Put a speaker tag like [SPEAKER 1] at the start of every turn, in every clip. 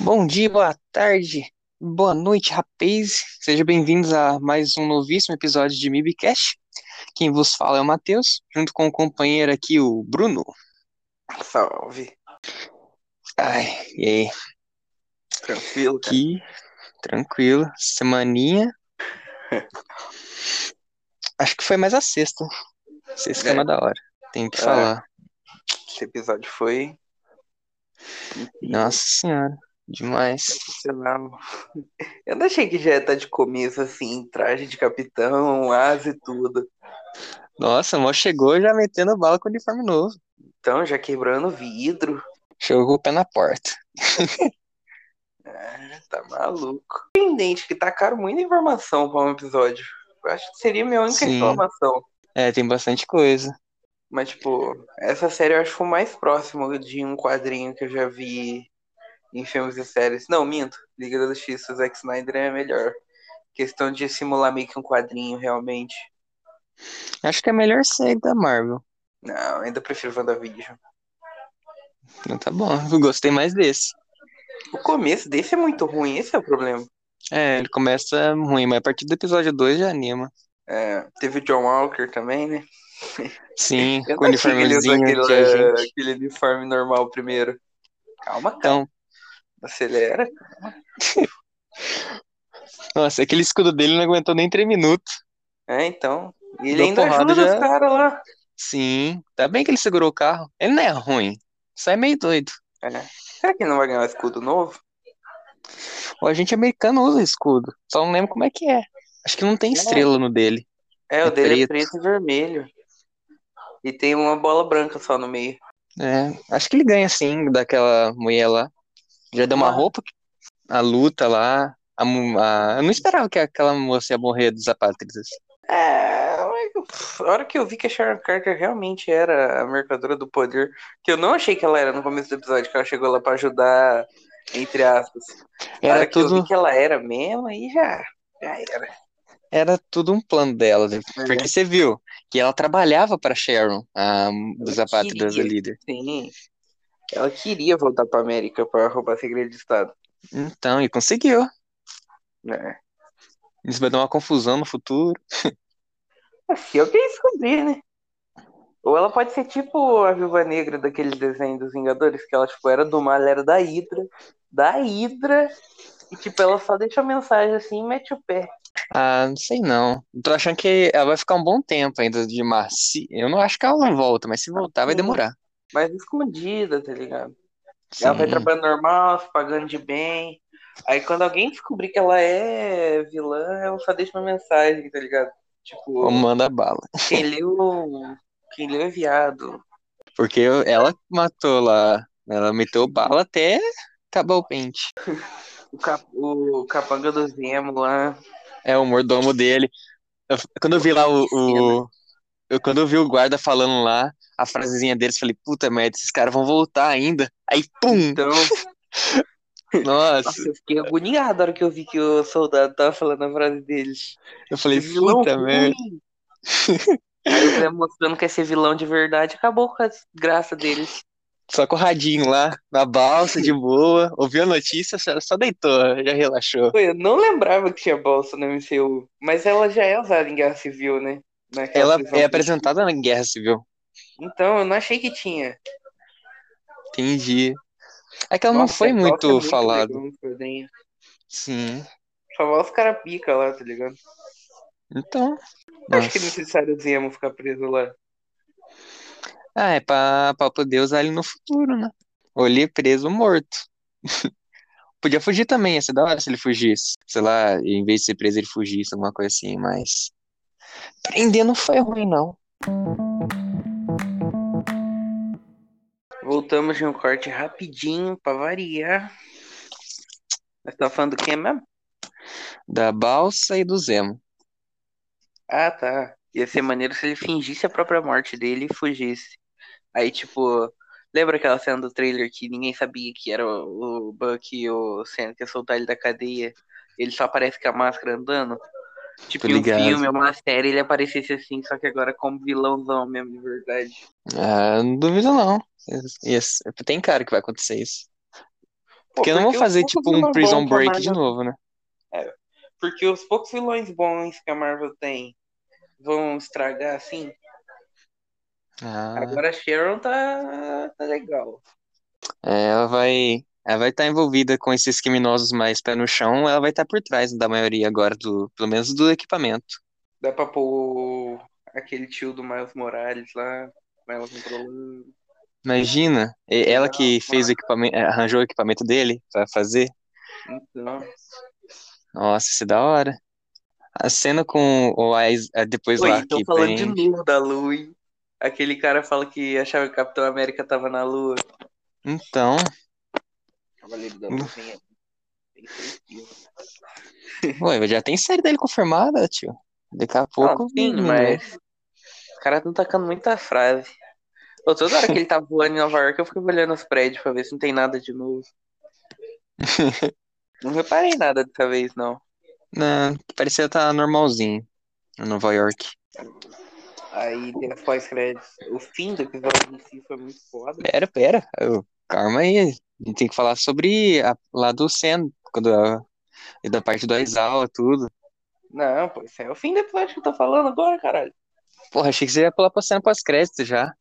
[SPEAKER 1] Bom dia, boa tarde, boa noite, rapaz. Sejam bem-vindos a mais um novíssimo episódio de MIBcast. Quem vos fala é o Matheus, junto com o companheiro aqui, o Bruno.
[SPEAKER 2] Salve.
[SPEAKER 1] Ai, e aí?
[SPEAKER 2] Tranquilo, cara.
[SPEAKER 1] Aqui, tranquilo, semaninha. Acho que foi mais a sexta. Sexta é
[SPEAKER 2] É.
[SPEAKER 1] uma da hora, tenho que
[SPEAKER 2] É.
[SPEAKER 1] falar.
[SPEAKER 2] Esse episódio foi
[SPEAKER 1] Nossa senhora, demais.
[SPEAKER 2] sensacional. Eu não achei que já ia estar de começo, assim, traje de capitão, asa e tudo.
[SPEAKER 1] Nossa, mó chegou já metendo bala com o uniforme novo.
[SPEAKER 2] Então, já quebrando o vidro.
[SPEAKER 1] Chegou com o pé na porta.
[SPEAKER 2] Ah, Tá maluco. Pendente, que tacaram muita informação pra um episódio. Eu acho que seria a minha única
[SPEAKER 1] Sim.
[SPEAKER 2] reclamação.
[SPEAKER 1] É, tem bastante coisa.
[SPEAKER 2] Mas, tipo, essa série eu acho que o mais próximo de um quadrinho que eu já vi em filmes e séries. Não, minto. Liga da Justiça, Zack Snyder é melhor. Questão de simular meio que um quadrinho, realmente.
[SPEAKER 1] Acho que é a melhor série da Marvel.
[SPEAKER 2] Não, ainda prefiro WandaVision.
[SPEAKER 1] Então tá bom, eu gostei mais desse.
[SPEAKER 2] O começo desse é muito ruim, esse é o problema.
[SPEAKER 1] É, ele começa ruim, mas a partir do episódio 2 já anima.
[SPEAKER 2] É, teve o John Walker também, né?
[SPEAKER 1] Sim,
[SPEAKER 2] Eu
[SPEAKER 1] com o
[SPEAKER 2] não achei que ele usou
[SPEAKER 1] uniformezinho
[SPEAKER 2] aquele, é,
[SPEAKER 1] que a gente.
[SPEAKER 2] aquele uniforme normal primeiro. Calma, calma.
[SPEAKER 1] Então,
[SPEAKER 2] Acelera.
[SPEAKER 1] nossa, aquele escudo dele não aguentou nem 3 minutos.
[SPEAKER 2] É, então. E ele
[SPEAKER 1] Deu
[SPEAKER 2] ainda
[SPEAKER 1] porrada
[SPEAKER 2] ajuda
[SPEAKER 1] já.
[SPEAKER 2] os caras lá.
[SPEAKER 1] Sim, tá bem que ele segurou o carro. Ele não é ruim, sai meio doido.
[SPEAKER 2] É. Será que ele não vai ganhar um escudo novo?
[SPEAKER 1] O agente americano usa escudo, só não lembro como é que é. Acho que não tem estrela no dele.
[SPEAKER 2] É, o
[SPEAKER 1] É
[SPEAKER 2] dele
[SPEAKER 1] preto.
[SPEAKER 2] é preto e vermelho. E tem uma bola branca só no meio.
[SPEAKER 1] É, acho que ele ganha sim daquela mulher lá. Já deu uma
[SPEAKER 2] Ah.
[SPEAKER 1] roupa, a luta lá. a mu- a- Eu não esperava que aquela moça ia morrer dos apátridas.
[SPEAKER 2] É, mas a hora que eu vi que a Sharon Carter realmente era a mercadora do poder, que eu não achei que ela era no começo do episódio, que ela chegou lá pra ajudar, entre aspas. a hora
[SPEAKER 1] Era
[SPEAKER 2] que
[SPEAKER 1] tudo.
[SPEAKER 2] eu vi que ela era mesmo, aí já, já era.
[SPEAKER 1] Era tudo um plano dela, né? porque você viu que ela trabalhava para Sharon, a dos
[SPEAKER 2] é. Ela
[SPEAKER 1] apátridas, a
[SPEAKER 2] queria.
[SPEAKER 1] líder.
[SPEAKER 2] Sim. Ela queria voltar pra América pra roubar segredo de Estado.
[SPEAKER 1] Então, e conseguiu.
[SPEAKER 2] né?
[SPEAKER 1] Isso vai dar uma confusão no futuro.
[SPEAKER 2] Assim eu queria descobrir, né? Ou ela pode ser tipo a Viúva Negra daquele desenho dos Vingadores, que ela tipo, era do mal, ela era da Hidra. Da Hidra. E tipo, ela só deixa a mensagem assim e mete o pé.
[SPEAKER 1] Ah, não sei não. Tô achando que ela vai ficar um bom tempo ainda de Marci. Eu não acho que ela não volta, mas se voltar vai
[SPEAKER 2] Sim.
[SPEAKER 1] demorar.
[SPEAKER 2] Mas escondida, tá ligado? Ela vai
[SPEAKER 1] Sim.
[SPEAKER 2] trabalhando normal, se pagando de bem. Aí quando alguém descobrir que ela é vilã, ela só deixa uma mensagem, tá ligado? Tipo,
[SPEAKER 1] Ou manda bala.
[SPEAKER 2] quem leu. Quem leu é viado.
[SPEAKER 1] Porque eu- ela matou lá. Ela meteu bala até acabar o pente.
[SPEAKER 2] O, cap, o capanga do Zemo lá.
[SPEAKER 1] É o mordomo dele. Eu- quando eu vi lá o, o- eu, quando eu vi o guarda falando lá a frasezinha deles, eu falei, puta merda, esses caras vão voltar ainda. Aí, pum!
[SPEAKER 2] Então,
[SPEAKER 1] Nossa!
[SPEAKER 2] nossa, eu fiquei agoniado na hora que eu vi que o soldado tava falando a frase deles.
[SPEAKER 1] Eu falei,
[SPEAKER 2] Vilão
[SPEAKER 1] puta
[SPEAKER 2] ruim.
[SPEAKER 1] merda.
[SPEAKER 2] Aí o Zemo mostrando que é ser vilão de verdade, acabou com a graça deles.
[SPEAKER 1] Só com o radinho lá, na balsa, de boa. Ouviu a notícia, só, só deitou, já relaxou.
[SPEAKER 2] Pô, Eu não lembrava que tinha bolsa no MCU, mas ela já é usada em Guerra Civil, né?
[SPEAKER 1] Ela
[SPEAKER 2] Naquela prisão
[SPEAKER 1] é
[SPEAKER 2] que-
[SPEAKER 1] apresentada na Guerra Civil.
[SPEAKER 2] Então, eu não achei que tinha.
[SPEAKER 1] Entendi. É que ela não
[SPEAKER 2] Nossa,
[SPEAKER 1] foi
[SPEAKER 2] a bolsa é
[SPEAKER 1] muito falada.
[SPEAKER 2] legal no quadrinho.
[SPEAKER 1] Sim.
[SPEAKER 2] Só vai os caras pica lá, tá ligado?
[SPEAKER 1] Então.
[SPEAKER 2] Não Acho que é
[SPEAKER 1] nossa.
[SPEAKER 2] necessário o Zemo ficar preso lá.
[SPEAKER 1] Ah, é pra, pra poder usar ele no futuro, né? Ou ele é preso morto. Podia fugir também, ia ser da hora se ele fugisse. Sei lá, em vez de ser preso, ele fugisse, alguma coisa assim, mas. Prender não foi ruim, não.
[SPEAKER 2] Voltamos de um corte rapidinho pra variar. Mas tá falando do que mesmo?
[SPEAKER 1] Da balsa e do Zemo.
[SPEAKER 2] Ah, tá. Ia ser maneiro se ele fingisse a própria morte dele e fugisse. Aí, tipo, lembra aquela cena do trailer que ninguém sabia que era o, o Buck e o Sam que ia soltar ele da cadeia? Ele só aparece com a máscara andando? Tipo,
[SPEAKER 1] Tô
[SPEAKER 2] em um
[SPEAKER 1] ligado.
[SPEAKER 2] filme, uma série, ele aparecesse assim, só que agora como vilãozão mesmo, de verdade.
[SPEAKER 1] Ah, não duvido, não. Isso- isso- Tem cara que vai acontecer isso. Porque não vão fazer, tipo, um Prison Break de
[SPEAKER 2] novo.
[SPEAKER 1] novo, né?
[SPEAKER 2] Porque os poucos vilões bons que a Marvel tem vão estragar assim.
[SPEAKER 1] Ah,
[SPEAKER 2] Agora a Sharon tá, tá legal.
[SPEAKER 1] é, ela vai. Ela vai estar envolvida com esses criminosos mais pé no chão, ela vai estar por trás da maioria agora, do, pelo menos do equipamento.
[SPEAKER 2] Dá pra pôr aquele tio do Miles Morales lá. Miles Morales.
[SPEAKER 1] Imagina, e- ela que
[SPEAKER 2] Não,
[SPEAKER 1] fez o equipamento, arranjou o equipamento dele pra fazer.
[SPEAKER 2] Então,
[SPEAKER 1] Nossa, isso é da hora. A cena com o Eyes é, depois
[SPEAKER 2] Oi,
[SPEAKER 1] lá
[SPEAKER 2] estão
[SPEAKER 1] que
[SPEAKER 2] falando de
[SPEAKER 1] tem.
[SPEAKER 2] novo da Lua. hein? Aquele cara fala que achava que o Capitão América tava na Lua.
[SPEAKER 1] Então,
[SPEAKER 2] Cavaleiro da Lua vem aí. Tem certeza.
[SPEAKER 1] ué, já tem série dele confirmada, tio. Daqui a
[SPEAKER 2] Ah,
[SPEAKER 1] pouco. né?
[SPEAKER 2] sim,
[SPEAKER 1] menino.
[SPEAKER 2] mas. Os caras estão tacando muita frase. Pô, toda hora que ele tá voando em Nova York, eu fico olhando os prédios pra ver se não tem nada de novo. Não reparei nada dessa vez, não.
[SPEAKER 1] Não, parecia estar normalzinho em Nova York.
[SPEAKER 2] Aí tem as pós-créditos. O fim do episódio em si foi muito foda.
[SPEAKER 1] Pera, pera. eu- calma aí. A gente tem que falar sobre a- lá do Sen, quando a- e da parte do Aizawa, tudo.
[SPEAKER 2] Não, pô, isso aí é o fim do episódio que eu tô falando agora, caralho.
[SPEAKER 1] Porra, achei que você ia pular pra cena pós-crédito já.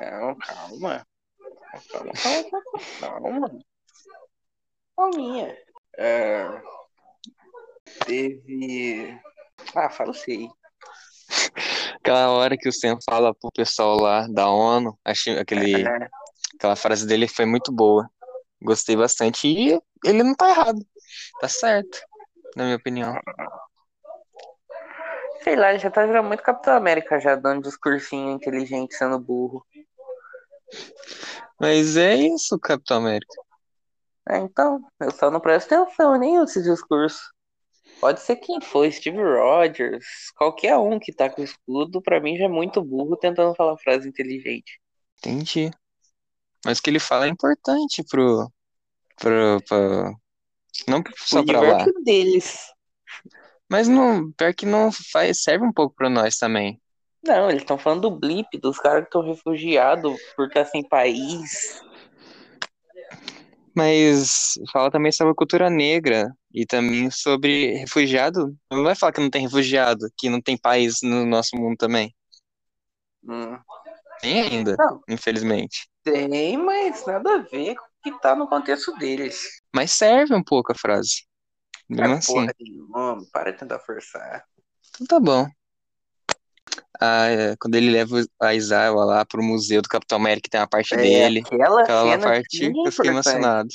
[SPEAKER 2] Não, calma. Calma, calma, calma. Calma. Calminha. É, Teve. Ah, fala sei.
[SPEAKER 1] Aquela hora que o Sen fala pro pessoal lá da ONU, achei aquele,
[SPEAKER 2] É,
[SPEAKER 1] aquela frase dele foi muito boa. Gostei bastante. E ele não tá errado. Tá certo, na minha opinião.
[SPEAKER 2] Sei lá, ele já tá virando muito Capitão América já, dando um discursinho inteligente, sendo burro.
[SPEAKER 1] Mas é isso, Capitão América.
[SPEAKER 2] É, então, eu só não presto atenção em nenhum desses discursos. Pode ser quem for, Steve Rogers, qualquer um que tá com o escudo, pra mim já é muito burro tentando falar frase inteligente.
[SPEAKER 1] Entendi. Mas o que ele fala é importante pro. pro, pro- não
[SPEAKER 2] O
[SPEAKER 1] só pra lá.
[SPEAKER 2] universo deles.
[SPEAKER 1] Mas não, pior que não faz, serve um pouco pra nós também.
[SPEAKER 2] Não, eles estão falando do blip, dos caras que estão refugiados por estar sem país.
[SPEAKER 1] Mas fala também sobre a cultura negra e também sobre refugiado. Não vai falar que não tem refugiado, que não tem país no nosso mundo também.
[SPEAKER 2] Hum.
[SPEAKER 1] Tem ainda,
[SPEAKER 2] Não,
[SPEAKER 1] infelizmente.
[SPEAKER 2] tem, mas nada a ver com o que tá no contexto deles.
[SPEAKER 1] Mas serve um pouco a frase. Mesmo
[SPEAKER 2] Ah,
[SPEAKER 1] assim,
[SPEAKER 2] porra nenhuma, para de tentar forçar.
[SPEAKER 1] então tá bom. Ah, é, quando ele leva a Isawa lá pro museu do Capitão América, que tem uma parte
[SPEAKER 2] É,
[SPEAKER 1] dele.
[SPEAKER 2] aquela
[SPEAKER 1] Aquela lá
[SPEAKER 2] cena
[SPEAKER 1] parte,
[SPEAKER 2] sim
[SPEAKER 1] eu
[SPEAKER 2] é
[SPEAKER 1] fiquei
[SPEAKER 2] importante.
[SPEAKER 1] emocionado.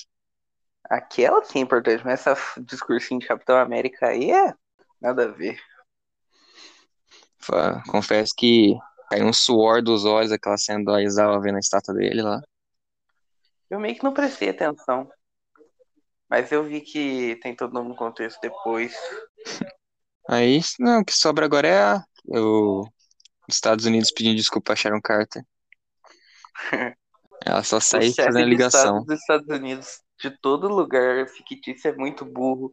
[SPEAKER 2] Aquela sim é importante, mas essa f- discursinho de Capitão América aí é nada a ver.
[SPEAKER 1] Fa- Confesso que caiu um suor dos olhos aquela cena do Aizawa vendo a estátua dele lá.
[SPEAKER 2] Eu meio que não prestei atenção, mas eu vi que tem todo um contexto depois.
[SPEAKER 1] Aí, não, o que sobra agora é a- o- os Estados Unidos pedindo desculpa a Sharon Carter. Ela só
[SPEAKER 2] O
[SPEAKER 1] sai
[SPEAKER 2] chefe
[SPEAKER 1] fazendo
[SPEAKER 2] de Estado
[SPEAKER 1] ligação.
[SPEAKER 2] dos Estados Unidos de todo lugar fictício é muito burro.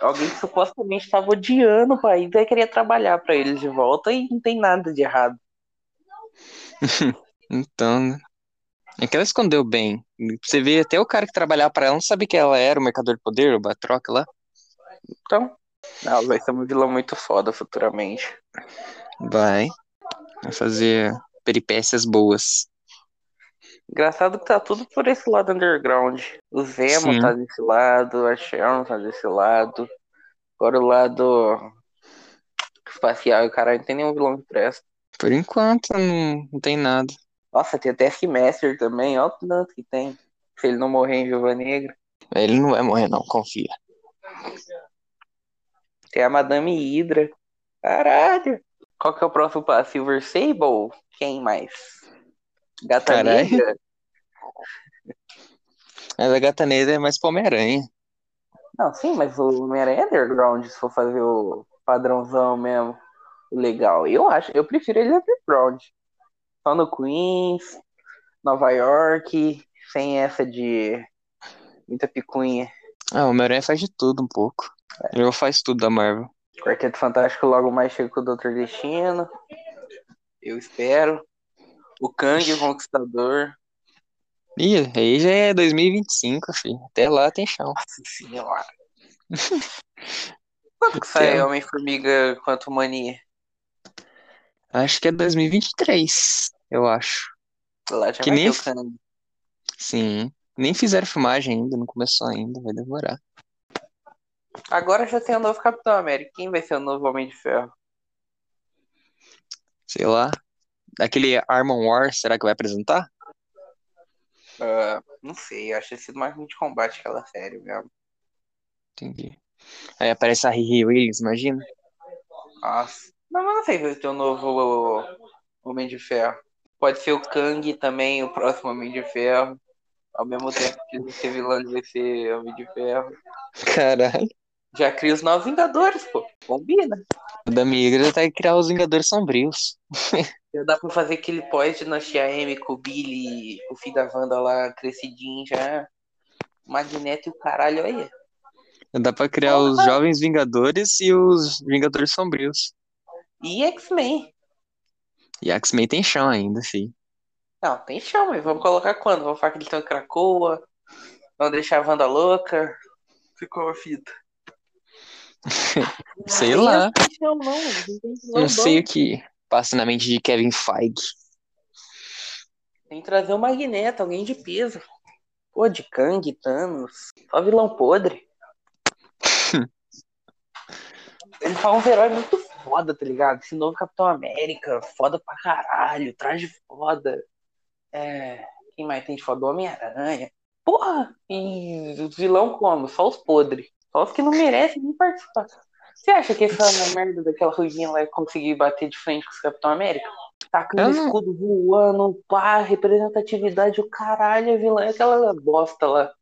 [SPEAKER 2] Alguém que supostamente estava odiando o país e queria trabalhar pra eles de volta e não tem nada de errado.
[SPEAKER 1] Então, né? É que ela escondeu bem. Você vê até o cara que trabalhava pra ela não sabia que ela era o mercador de poder, o Batroc lá.
[SPEAKER 2] Então, não, vai ser uma vilã muito foda futuramente.
[SPEAKER 1] Vai. Vai fazer peripécias boas.
[SPEAKER 2] Engraçado que tá tudo por esse lado underground. O Zemo
[SPEAKER 1] Sim.
[SPEAKER 2] tá desse lado, a Sharon tá desse lado. Agora o lado espacial, cara, não tem nenhum vilão que presta.
[SPEAKER 1] Por enquanto, não, não tem nada.
[SPEAKER 2] Nossa, tem até Master também, olha o tanto que tem. Se ele não morrer em Viúva Negra.
[SPEAKER 1] Ele não vai morrer, não, confia.
[SPEAKER 2] Tem É a Madame Hydra. Caralho! Qual que é o próximo passo? Silver Sable? Quem mais? Gata
[SPEAKER 1] Caralho.
[SPEAKER 2] Negra?
[SPEAKER 1] Mas a gata negra é mais pro Homem-Aranha.
[SPEAKER 2] Não, sim, mas o Homem-Aranha é Underground, se for fazer o padrãozão mesmo, o legal. Eu acho, eu prefiro ele Underground. Só no Queens, Nova York, sem essa de muita picuinha.
[SPEAKER 1] Ah, o Homem-Aranha faz de tudo um pouco. Ele faz tudo da Marvel.
[SPEAKER 2] Quarteto Fantástico logo mais chega com o Doutor Destino, eu espero. O Kang, o Conquistador.
[SPEAKER 1] Ih, aí já é 2025, filho. Até lá tem chão.
[SPEAKER 2] Nossa senhora. Quando que sai
[SPEAKER 1] Então.
[SPEAKER 2] Homem-Formiga quanto Mania?
[SPEAKER 1] Acho que é 2023, eu acho.
[SPEAKER 2] Lá já
[SPEAKER 1] Que
[SPEAKER 2] vai
[SPEAKER 1] nem-
[SPEAKER 2] ter o Kang.
[SPEAKER 1] Sim. Nem fizeram filmagem ainda, não começou ainda, vai demorar.
[SPEAKER 2] Agora já tem o novo Capitão América. Quem vai ser o novo Homem de Ferro?
[SPEAKER 1] Sei lá. Aquele Armor War, será que vai apresentar?
[SPEAKER 2] Ah, não sei, eu acho que sido mais um de combate aquela série mesmo.
[SPEAKER 1] Entendi. Aí aparece a Riri Williams, imagina.
[SPEAKER 2] Nossa. Não, mas não sei se vai ter o novo Homem de Ferro. Pode ser o Kang também, o próximo Homem de Ferro. Ao mesmo tempo que ele vai ser vilão, ele vai ser Homem de Ferro.
[SPEAKER 1] Caralho.
[SPEAKER 2] Já cria os novos Vingadores, pô. Combina.
[SPEAKER 1] O da Migra tá aí criar os Vingadores Sombrios.
[SPEAKER 2] Já dá pra fazer aquele pós-dinastia M com o Billy, o filho da Wanda lá, crescidinho já. Magneto e o caralho, olha.
[SPEAKER 1] Dá pra criar os Jovens Vingadores e os Vingadores Sombrios.
[SPEAKER 2] E X-Men.
[SPEAKER 1] E a X-Men tem chão ainda, filho.
[SPEAKER 2] Não, tem chão, mas vamos colocar quando? Vamos falar que eles estão em Cracoa. Vamos deixar a Wanda louca. Ficou a fita.
[SPEAKER 1] Sei
[SPEAKER 2] Não,
[SPEAKER 1] lá.
[SPEAKER 2] Não tem chão, não. Não tem vilão,
[SPEAKER 1] Não sei o que passa na mente de Kevin Feige.
[SPEAKER 2] Tem que trazer o Magneto, alguém de peso. Pô, de Kang, Thanos. Só vilão podre. Ele fala um herói muito foda, tá ligado? Esse novo Capitão América, foda pra caralho, traje foda. É. Quem mais tem de foda? O Homem-Aranha. Porra! E os vilão como? Só os podres. Só os que não merecem nem participar. Você acha que essa merda daquela ruivinha lá ia conseguir bater de frente com os Capitão América? Tá Tacando
[SPEAKER 1] Eu não-
[SPEAKER 2] escudo, voando, pá, representatividade, o caralho, a vilã é aquela bosta lá.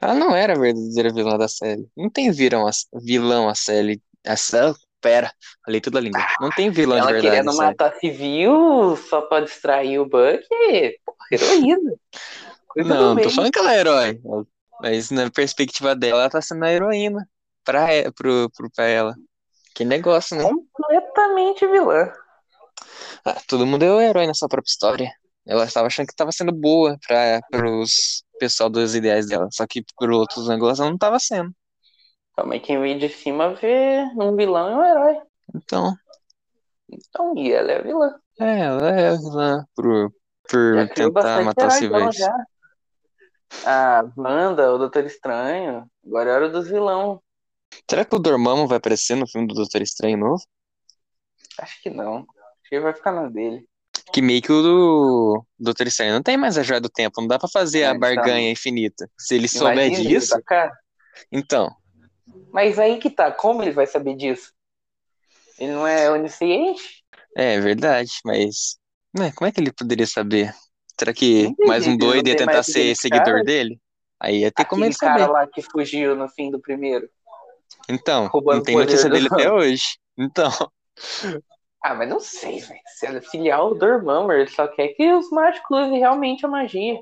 [SPEAKER 1] Ela não era a verdadeira vilã da série. Não tem virão a, vilão a série. Essa, pera, falei toda a língua. Não tem vilão de
[SPEAKER 2] Ela
[SPEAKER 1] verdade.
[SPEAKER 2] querendo
[SPEAKER 1] na série.
[SPEAKER 2] matar civil só pra distrair o Buck. Porra, heroína. Coisa
[SPEAKER 1] Não,
[SPEAKER 2] do
[SPEAKER 1] não tô
[SPEAKER 2] bem.
[SPEAKER 1] falando que ela é herói. Mas na perspectiva dela, ela tá sendo a heroína. Pra, e- pro, pro, pra ela. Que negócio, né?
[SPEAKER 2] Completamente vilã.
[SPEAKER 1] Ah, todo mundo é o herói na sua própria história. Ela estava achando que estava sendo boa para pros pessoal dos ideais dela. Só que por outros ângulos ela não estava sendo.
[SPEAKER 2] Também quem vem de cima vê um vilão e um herói.
[SPEAKER 1] Então,
[SPEAKER 2] Então, e ela é vilã.
[SPEAKER 1] é, ela é a vilã por,
[SPEAKER 2] Já
[SPEAKER 1] por
[SPEAKER 2] criou
[SPEAKER 1] tentar
[SPEAKER 2] bastante
[SPEAKER 1] matar os
[SPEAKER 2] herói dela
[SPEAKER 1] civis.
[SPEAKER 2] já. A Wanda, o Doutor Estranho. Agora é hora dos vilão.
[SPEAKER 1] Será que o Dormammu vai aparecer no filme do Doutor Estranho novo?
[SPEAKER 2] Acho que não. Acho que vai ficar na dele.
[SPEAKER 1] Que meio que o do Doutor Estranho não tem mais a joia do tempo, não dá pra fazer
[SPEAKER 2] É,
[SPEAKER 1] a
[SPEAKER 2] então.
[SPEAKER 1] barganha infinita. Se ele souber
[SPEAKER 2] Imagina é ele
[SPEAKER 1] disso,
[SPEAKER 2] tacar.
[SPEAKER 1] então,
[SPEAKER 2] Mas aí que tá, como ele vai saber disso? Ele não é onisciente?
[SPEAKER 1] é verdade, mas né, como é que ele poderia saber? Será que
[SPEAKER 2] Não tem
[SPEAKER 1] mais um
[SPEAKER 2] jeito, ele não
[SPEAKER 1] doido ia
[SPEAKER 2] tem
[SPEAKER 1] tentar
[SPEAKER 2] mais aquele
[SPEAKER 1] ser seguidor
[SPEAKER 2] cara.
[SPEAKER 1] dele? Aí ia ter como
[SPEAKER 2] Aquele
[SPEAKER 1] ele saber.
[SPEAKER 2] cara lá que fugiu no fim do primeiro.
[SPEAKER 1] Então,
[SPEAKER 2] roubando
[SPEAKER 1] não tem
[SPEAKER 2] o poder
[SPEAKER 1] notícia
[SPEAKER 2] do-
[SPEAKER 1] dele até hoje. Então,
[SPEAKER 2] Ah, mas não sei, velho. Se ela é filial do Dormammu, ele só quer que os mágicos usem realmente a magia.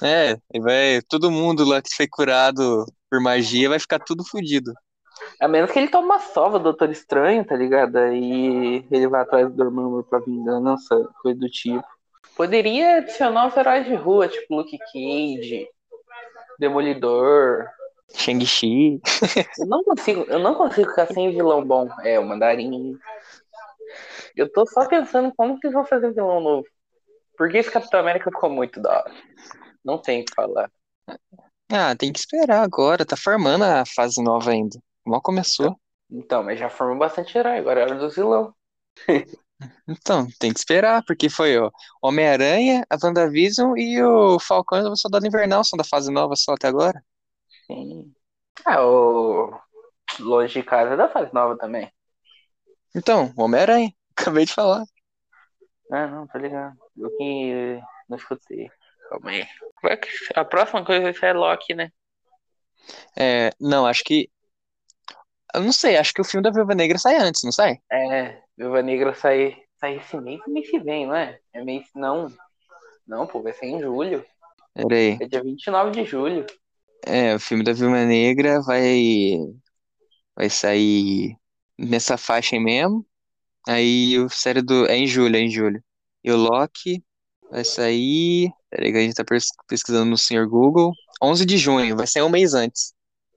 [SPEAKER 1] é, ele vai, todo mundo lá que foi curado por magia vai ficar tudo fudido.
[SPEAKER 2] A menos que ele tome uma sova do Doutor Estranho, tá ligado? Aí ele vai atrás do Dormammu pra vingança, coisa do tipo. Poderia adicionar os heróis de rua, tipo Luke Cage, Demolidor.
[SPEAKER 1] Shang-Chi.
[SPEAKER 2] Eu não consigo, eu não consigo ficar sem vilão bom. É, o Mandarim. Eu tô só pensando como que eles vão fazer um vilão novo. Porque esse Capitão América ficou muito da hora. Não tem o que falar.
[SPEAKER 1] Ah, tem que esperar agora, tá formando a fase nova ainda. Mal começou.
[SPEAKER 2] Então, mas já formou bastante herói, agora é hora do vilão.
[SPEAKER 1] Então, tem que esperar, porque foi o Homem-Aranha, a WandaVision e o Falcão e o Soldado Invernal são da fase nova só até agora.
[SPEAKER 2] Sim. Ah, o Longe de Casa é da fase nova também.
[SPEAKER 1] Então, Homem-Aranha, acabei de falar.
[SPEAKER 2] Ah, não, tô ligado. Eu que não escutei. Calma aí. Vai que- A próxima coisa vai ser Loki, né?
[SPEAKER 1] É, não, acho que. Eu não sei, acho que o filme da Viúva Negra sai antes, não sai?
[SPEAKER 2] É, Viúva Negra sai, sai esse mês e mês que vem, não é? É mês. Não. Não, pô, vai ser em julho.
[SPEAKER 1] Peraí.
[SPEAKER 2] É dia 29 de julho.
[SPEAKER 1] É, o filme da Viúva Negra vai vai sair nessa faixa aí mesmo. Aí o série do é em julho, é em julho. E o Loki Vai sair. Peraí, que a gente tá pes- pesquisando no senhor Google. 11 de junho, vai sair um mês antes.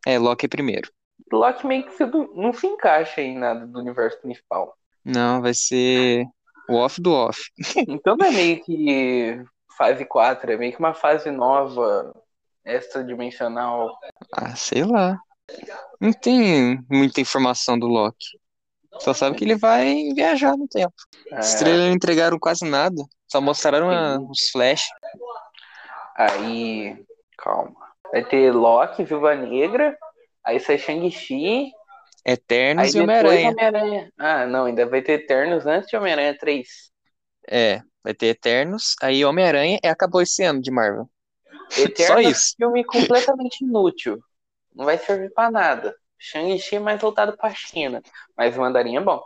[SPEAKER 1] É, Loki é primeiro.
[SPEAKER 2] Loki meio que se do- não se encaixa em nada do universo principal.
[SPEAKER 1] Não, vai ser o off do off.
[SPEAKER 2] Então não é meio que fase 4, é meio que uma fase nova, extradimensional.
[SPEAKER 1] Ah, sei lá. Não tem muita informação do Loki. Só sabe que ele vai viajar no tempo.
[SPEAKER 2] É,
[SPEAKER 1] Os trailers não entregaram quase nada. Só mostraram a- os flash.
[SPEAKER 2] aí, calma. Vai ter Loki, Viúva Negra, aí sai Shang-Chi, aí
[SPEAKER 1] Eternos e
[SPEAKER 2] depois
[SPEAKER 1] Homem-Aranha.
[SPEAKER 2] Homem-Aranha. Ah, não, ainda vai ter Eternos antes de Homem-Aranha 3.
[SPEAKER 1] É, vai ter Eternos. Aí Homem-Aranha e acabou esse ano de Marvel. Só
[SPEAKER 2] Eternos é um
[SPEAKER 1] isso.
[SPEAKER 2] filme completamente inútil. Não vai servir pra nada. Shang-Chi é mais voltado pra China. Mas o Mandarim é bom.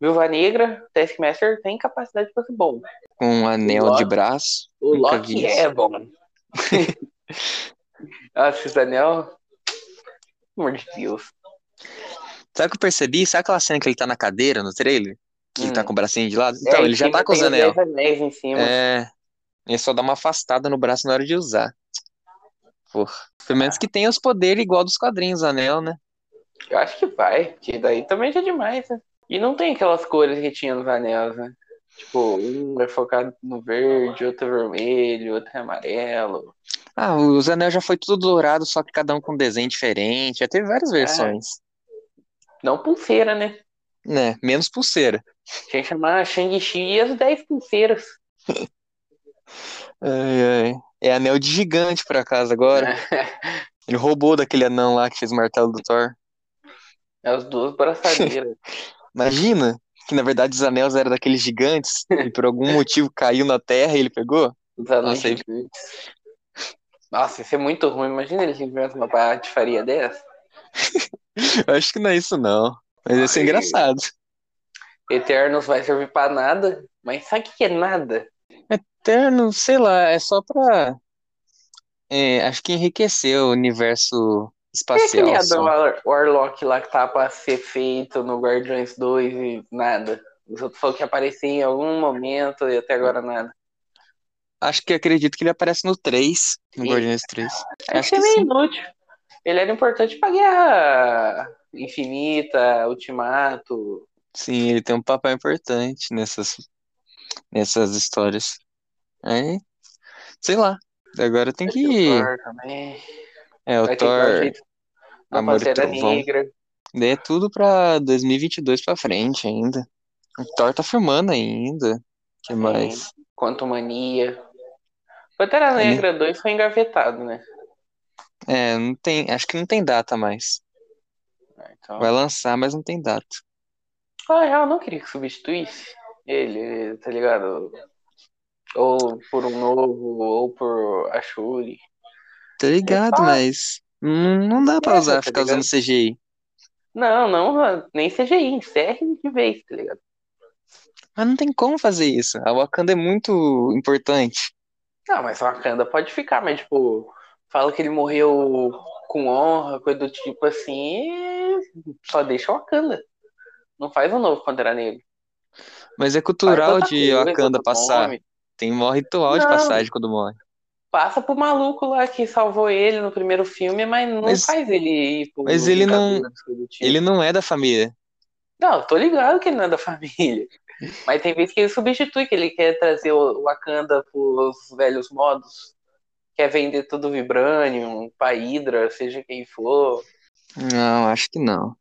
[SPEAKER 2] Viúva Negra, Taskmaster tem capacidade pra ser bom.
[SPEAKER 1] Com um anel
[SPEAKER 2] Loki-
[SPEAKER 1] de braço.
[SPEAKER 2] O
[SPEAKER 1] Nunca
[SPEAKER 2] Loki
[SPEAKER 1] vi isso.
[SPEAKER 2] é bom. Nossa, esse anel. Pelo amor de Deus.
[SPEAKER 1] Sabe o que eu percebi? Sabe aquela cena que ele tá na cadeira no trailer? Que ele tá
[SPEAKER 2] Hum.
[SPEAKER 1] com o bracinho de lado? Então,
[SPEAKER 2] É,
[SPEAKER 1] ele
[SPEAKER 2] em
[SPEAKER 1] já
[SPEAKER 2] cima
[SPEAKER 1] tá com os
[SPEAKER 2] tem
[SPEAKER 1] anel.
[SPEAKER 2] dez anéis em cima.
[SPEAKER 1] É. Ele só dá uma afastada no braço na hora de usar. Porra. Pelo menos que tenha os poderes igual dos quadrinhos, anel, né?
[SPEAKER 2] Eu acho que vai, porque daí também já é demais, né? E não tem aquelas cores que tinha nos anéis, né? Tipo, um é focado no verde, outro é vermelho, outro é amarelo.
[SPEAKER 1] Ah, os anel já foi tudo dourado, só que cada um com um desenho diferente. Já teve
[SPEAKER 2] É.
[SPEAKER 1] várias versões.
[SPEAKER 2] Não pulseira, né?
[SPEAKER 1] Né? Menos pulseira.
[SPEAKER 2] Tinha que chamar Shang-Chi e as 10 pulseiras.
[SPEAKER 1] Ai, ai. É anel de gigante, por acaso,
[SPEAKER 2] É.
[SPEAKER 1] agora. Ele roubou daquele anão lá que fez o martelo do Thor.
[SPEAKER 2] É As duas braçadeiras.
[SPEAKER 1] Imagina que, na verdade, os anéis eram daqueles gigantes e por algum motivo caiu na terra e ele pegou.
[SPEAKER 2] Os anões
[SPEAKER 1] Nossa, aí-
[SPEAKER 2] gigantes. Nossa, isso é muito ruim. Imagina eles inventam uma patifaria dessa.
[SPEAKER 1] Eu acho que não é isso, não. Mas ia ser engraçado.
[SPEAKER 2] Eternos vai servir pra nada, mas sabe o que é nada?
[SPEAKER 1] Eterno, sei lá, é só pra. é, acho que enriquecer o universo
[SPEAKER 2] Quem é
[SPEAKER 1] espacial.
[SPEAKER 2] aquele
[SPEAKER 1] só.
[SPEAKER 2] War Warlock lá que tá pra ser feito no Guardiões 2 e nada? Os outros falaram que aparecia em algum momento e até agora nada.
[SPEAKER 1] Acho que acredito que ele aparece no 3, no
[SPEAKER 2] Sim.
[SPEAKER 1] Guardiões 3. Acho
[SPEAKER 2] Isso
[SPEAKER 1] que
[SPEAKER 2] é meio
[SPEAKER 1] sim.
[SPEAKER 2] inútil. Ele era importante pra guerra infinita, ultimato.
[SPEAKER 1] Sim, ele tem um papel importante nessas, nessas histórias. Aí, sei lá. Agora tem que
[SPEAKER 2] É O
[SPEAKER 1] ir.
[SPEAKER 2] Thor também.
[SPEAKER 1] É, o
[SPEAKER 2] Vai ter que dar um
[SPEAKER 1] Thor,
[SPEAKER 2] jeito na
[SPEAKER 1] Amor e
[SPEAKER 2] Pantera
[SPEAKER 1] Trovão.
[SPEAKER 2] Negra.
[SPEAKER 1] Daí é tudo pra 2022 pra frente ainda. O Thor tá filmando ainda. O
[SPEAKER 2] Tá
[SPEAKER 1] que mais?
[SPEAKER 2] Quanto Mania. Pantera
[SPEAKER 1] Ele-
[SPEAKER 2] Negra 2 foi engavetado, né?
[SPEAKER 1] É, não tem, acho que não tem data mais.
[SPEAKER 2] Ah, Então...
[SPEAKER 1] Vai lançar, mas não tem data.
[SPEAKER 2] Ah, eu não queria que substituísse ele, tá ligado? Ou por um novo, ou por a Shuri.
[SPEAKER 1] Tá ligado,
[SPEAKER 2] Tá.
[SPEAKER 1] mas não, não dá pra
[SPEAKER 2] É,
[SPEAKER 1] usar,
[SPEAKER 2] tá
[SPEAKER 1] ficar usando CGI.
[SPEAKER 2] Não, não, nem CGI, encerre de vez, tá ligado?
[SPEAKER 1] Mas não tem como fazer isso. A Wakanda é muito importante.
[SPEAKER 2] Não, mas o Wakanda pode ficar, mas tipo, fala que ele morreu com honra, coisa do tipo assim, e só deixa o Wakanda. Não faz um novo Pantera Negra.
[SPEAKER 1] Mas é
[SPEAKER 2] Faz
[SPEAKER 1] cultural
[SPEAKER 2] outra
[SPEAKER 1] de
[SPEAKER 2] coisa,
[SPEAKER 1] Wakanda
[SPEAKER 2] outro
[SPEAKER 1] passar.
[SPEAKER 2] nome.
[SPEAKER 1] Tem um ritual de
[SPEAKER 2] Não.
[SPEAKER 1] passagem quando morre.
[SPEAKER 2] Passa pro maluco lá que salvou ele no primeiro filme, mas não
[SPEAKER 1] Mas-
[SPEAKER 2] faz ele ir pro
[SPEAKER 1] mas ele não-
[SPEAKER 2] Vingadores, coisa do tipo.
[SPEAKER 1] Ele não é da família.
[SPEAKER 2] Não, eu tô ligado que ele não é da família. Mas tem vezes que ele substitui, que ele quer trazer o Wakanda pros velhos modos. Quer vender tudo Vibranium, pra Hydra, seja quem for.
[SPEAKER 1] Não, acho que não.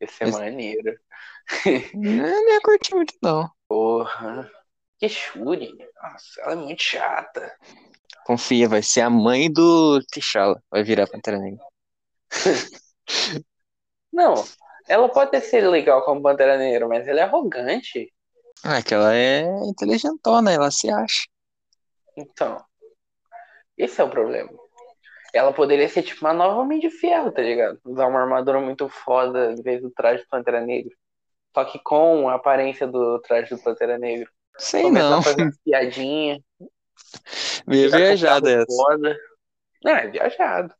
[SPEAKER 2] Esse é
[SPEAKER 1] Mas-
[SPEAKER 2] maneiro.
[SPEAKER 1] Não não é curtir muito, não.
[SPEAKER 2] Porra. Que Shuri. Nossa, ela é muito chata.
[SPEAKER 1] Confia, vai ser a mãe do T'Challa. Vai virar Pantera Negra.
[SPEAKER 2] Não, ela pode até ser legal como Pantera Negra, mas ela é arrogante.
[SPEAKER 1] Ah, que ela é inteligentona, ela se acha.
[SPEAKER 2] Então, esse é o problema. Ela poderia ser tipo uma nova Homem de Ferro, tá ligado? Usar uma armadura muito foda em vez do traje do Pantera Negra. Só que com a aparência do traje do Pantera Negra.
[SPEAKER 1] Sei
[SPEAKER 2] Começar
[SPEAKER 1] não.
[SPEAKER 2] a fazer umas piadinhas.
[SPEAKER 1] Meio
[SPEAKER 2] ficar com
[SPEAKER 1] viajada
[SPEAKER 2] carro
[SPEAKER 1] essa.
[SPEAKER 2] Foda. Não, é viajado.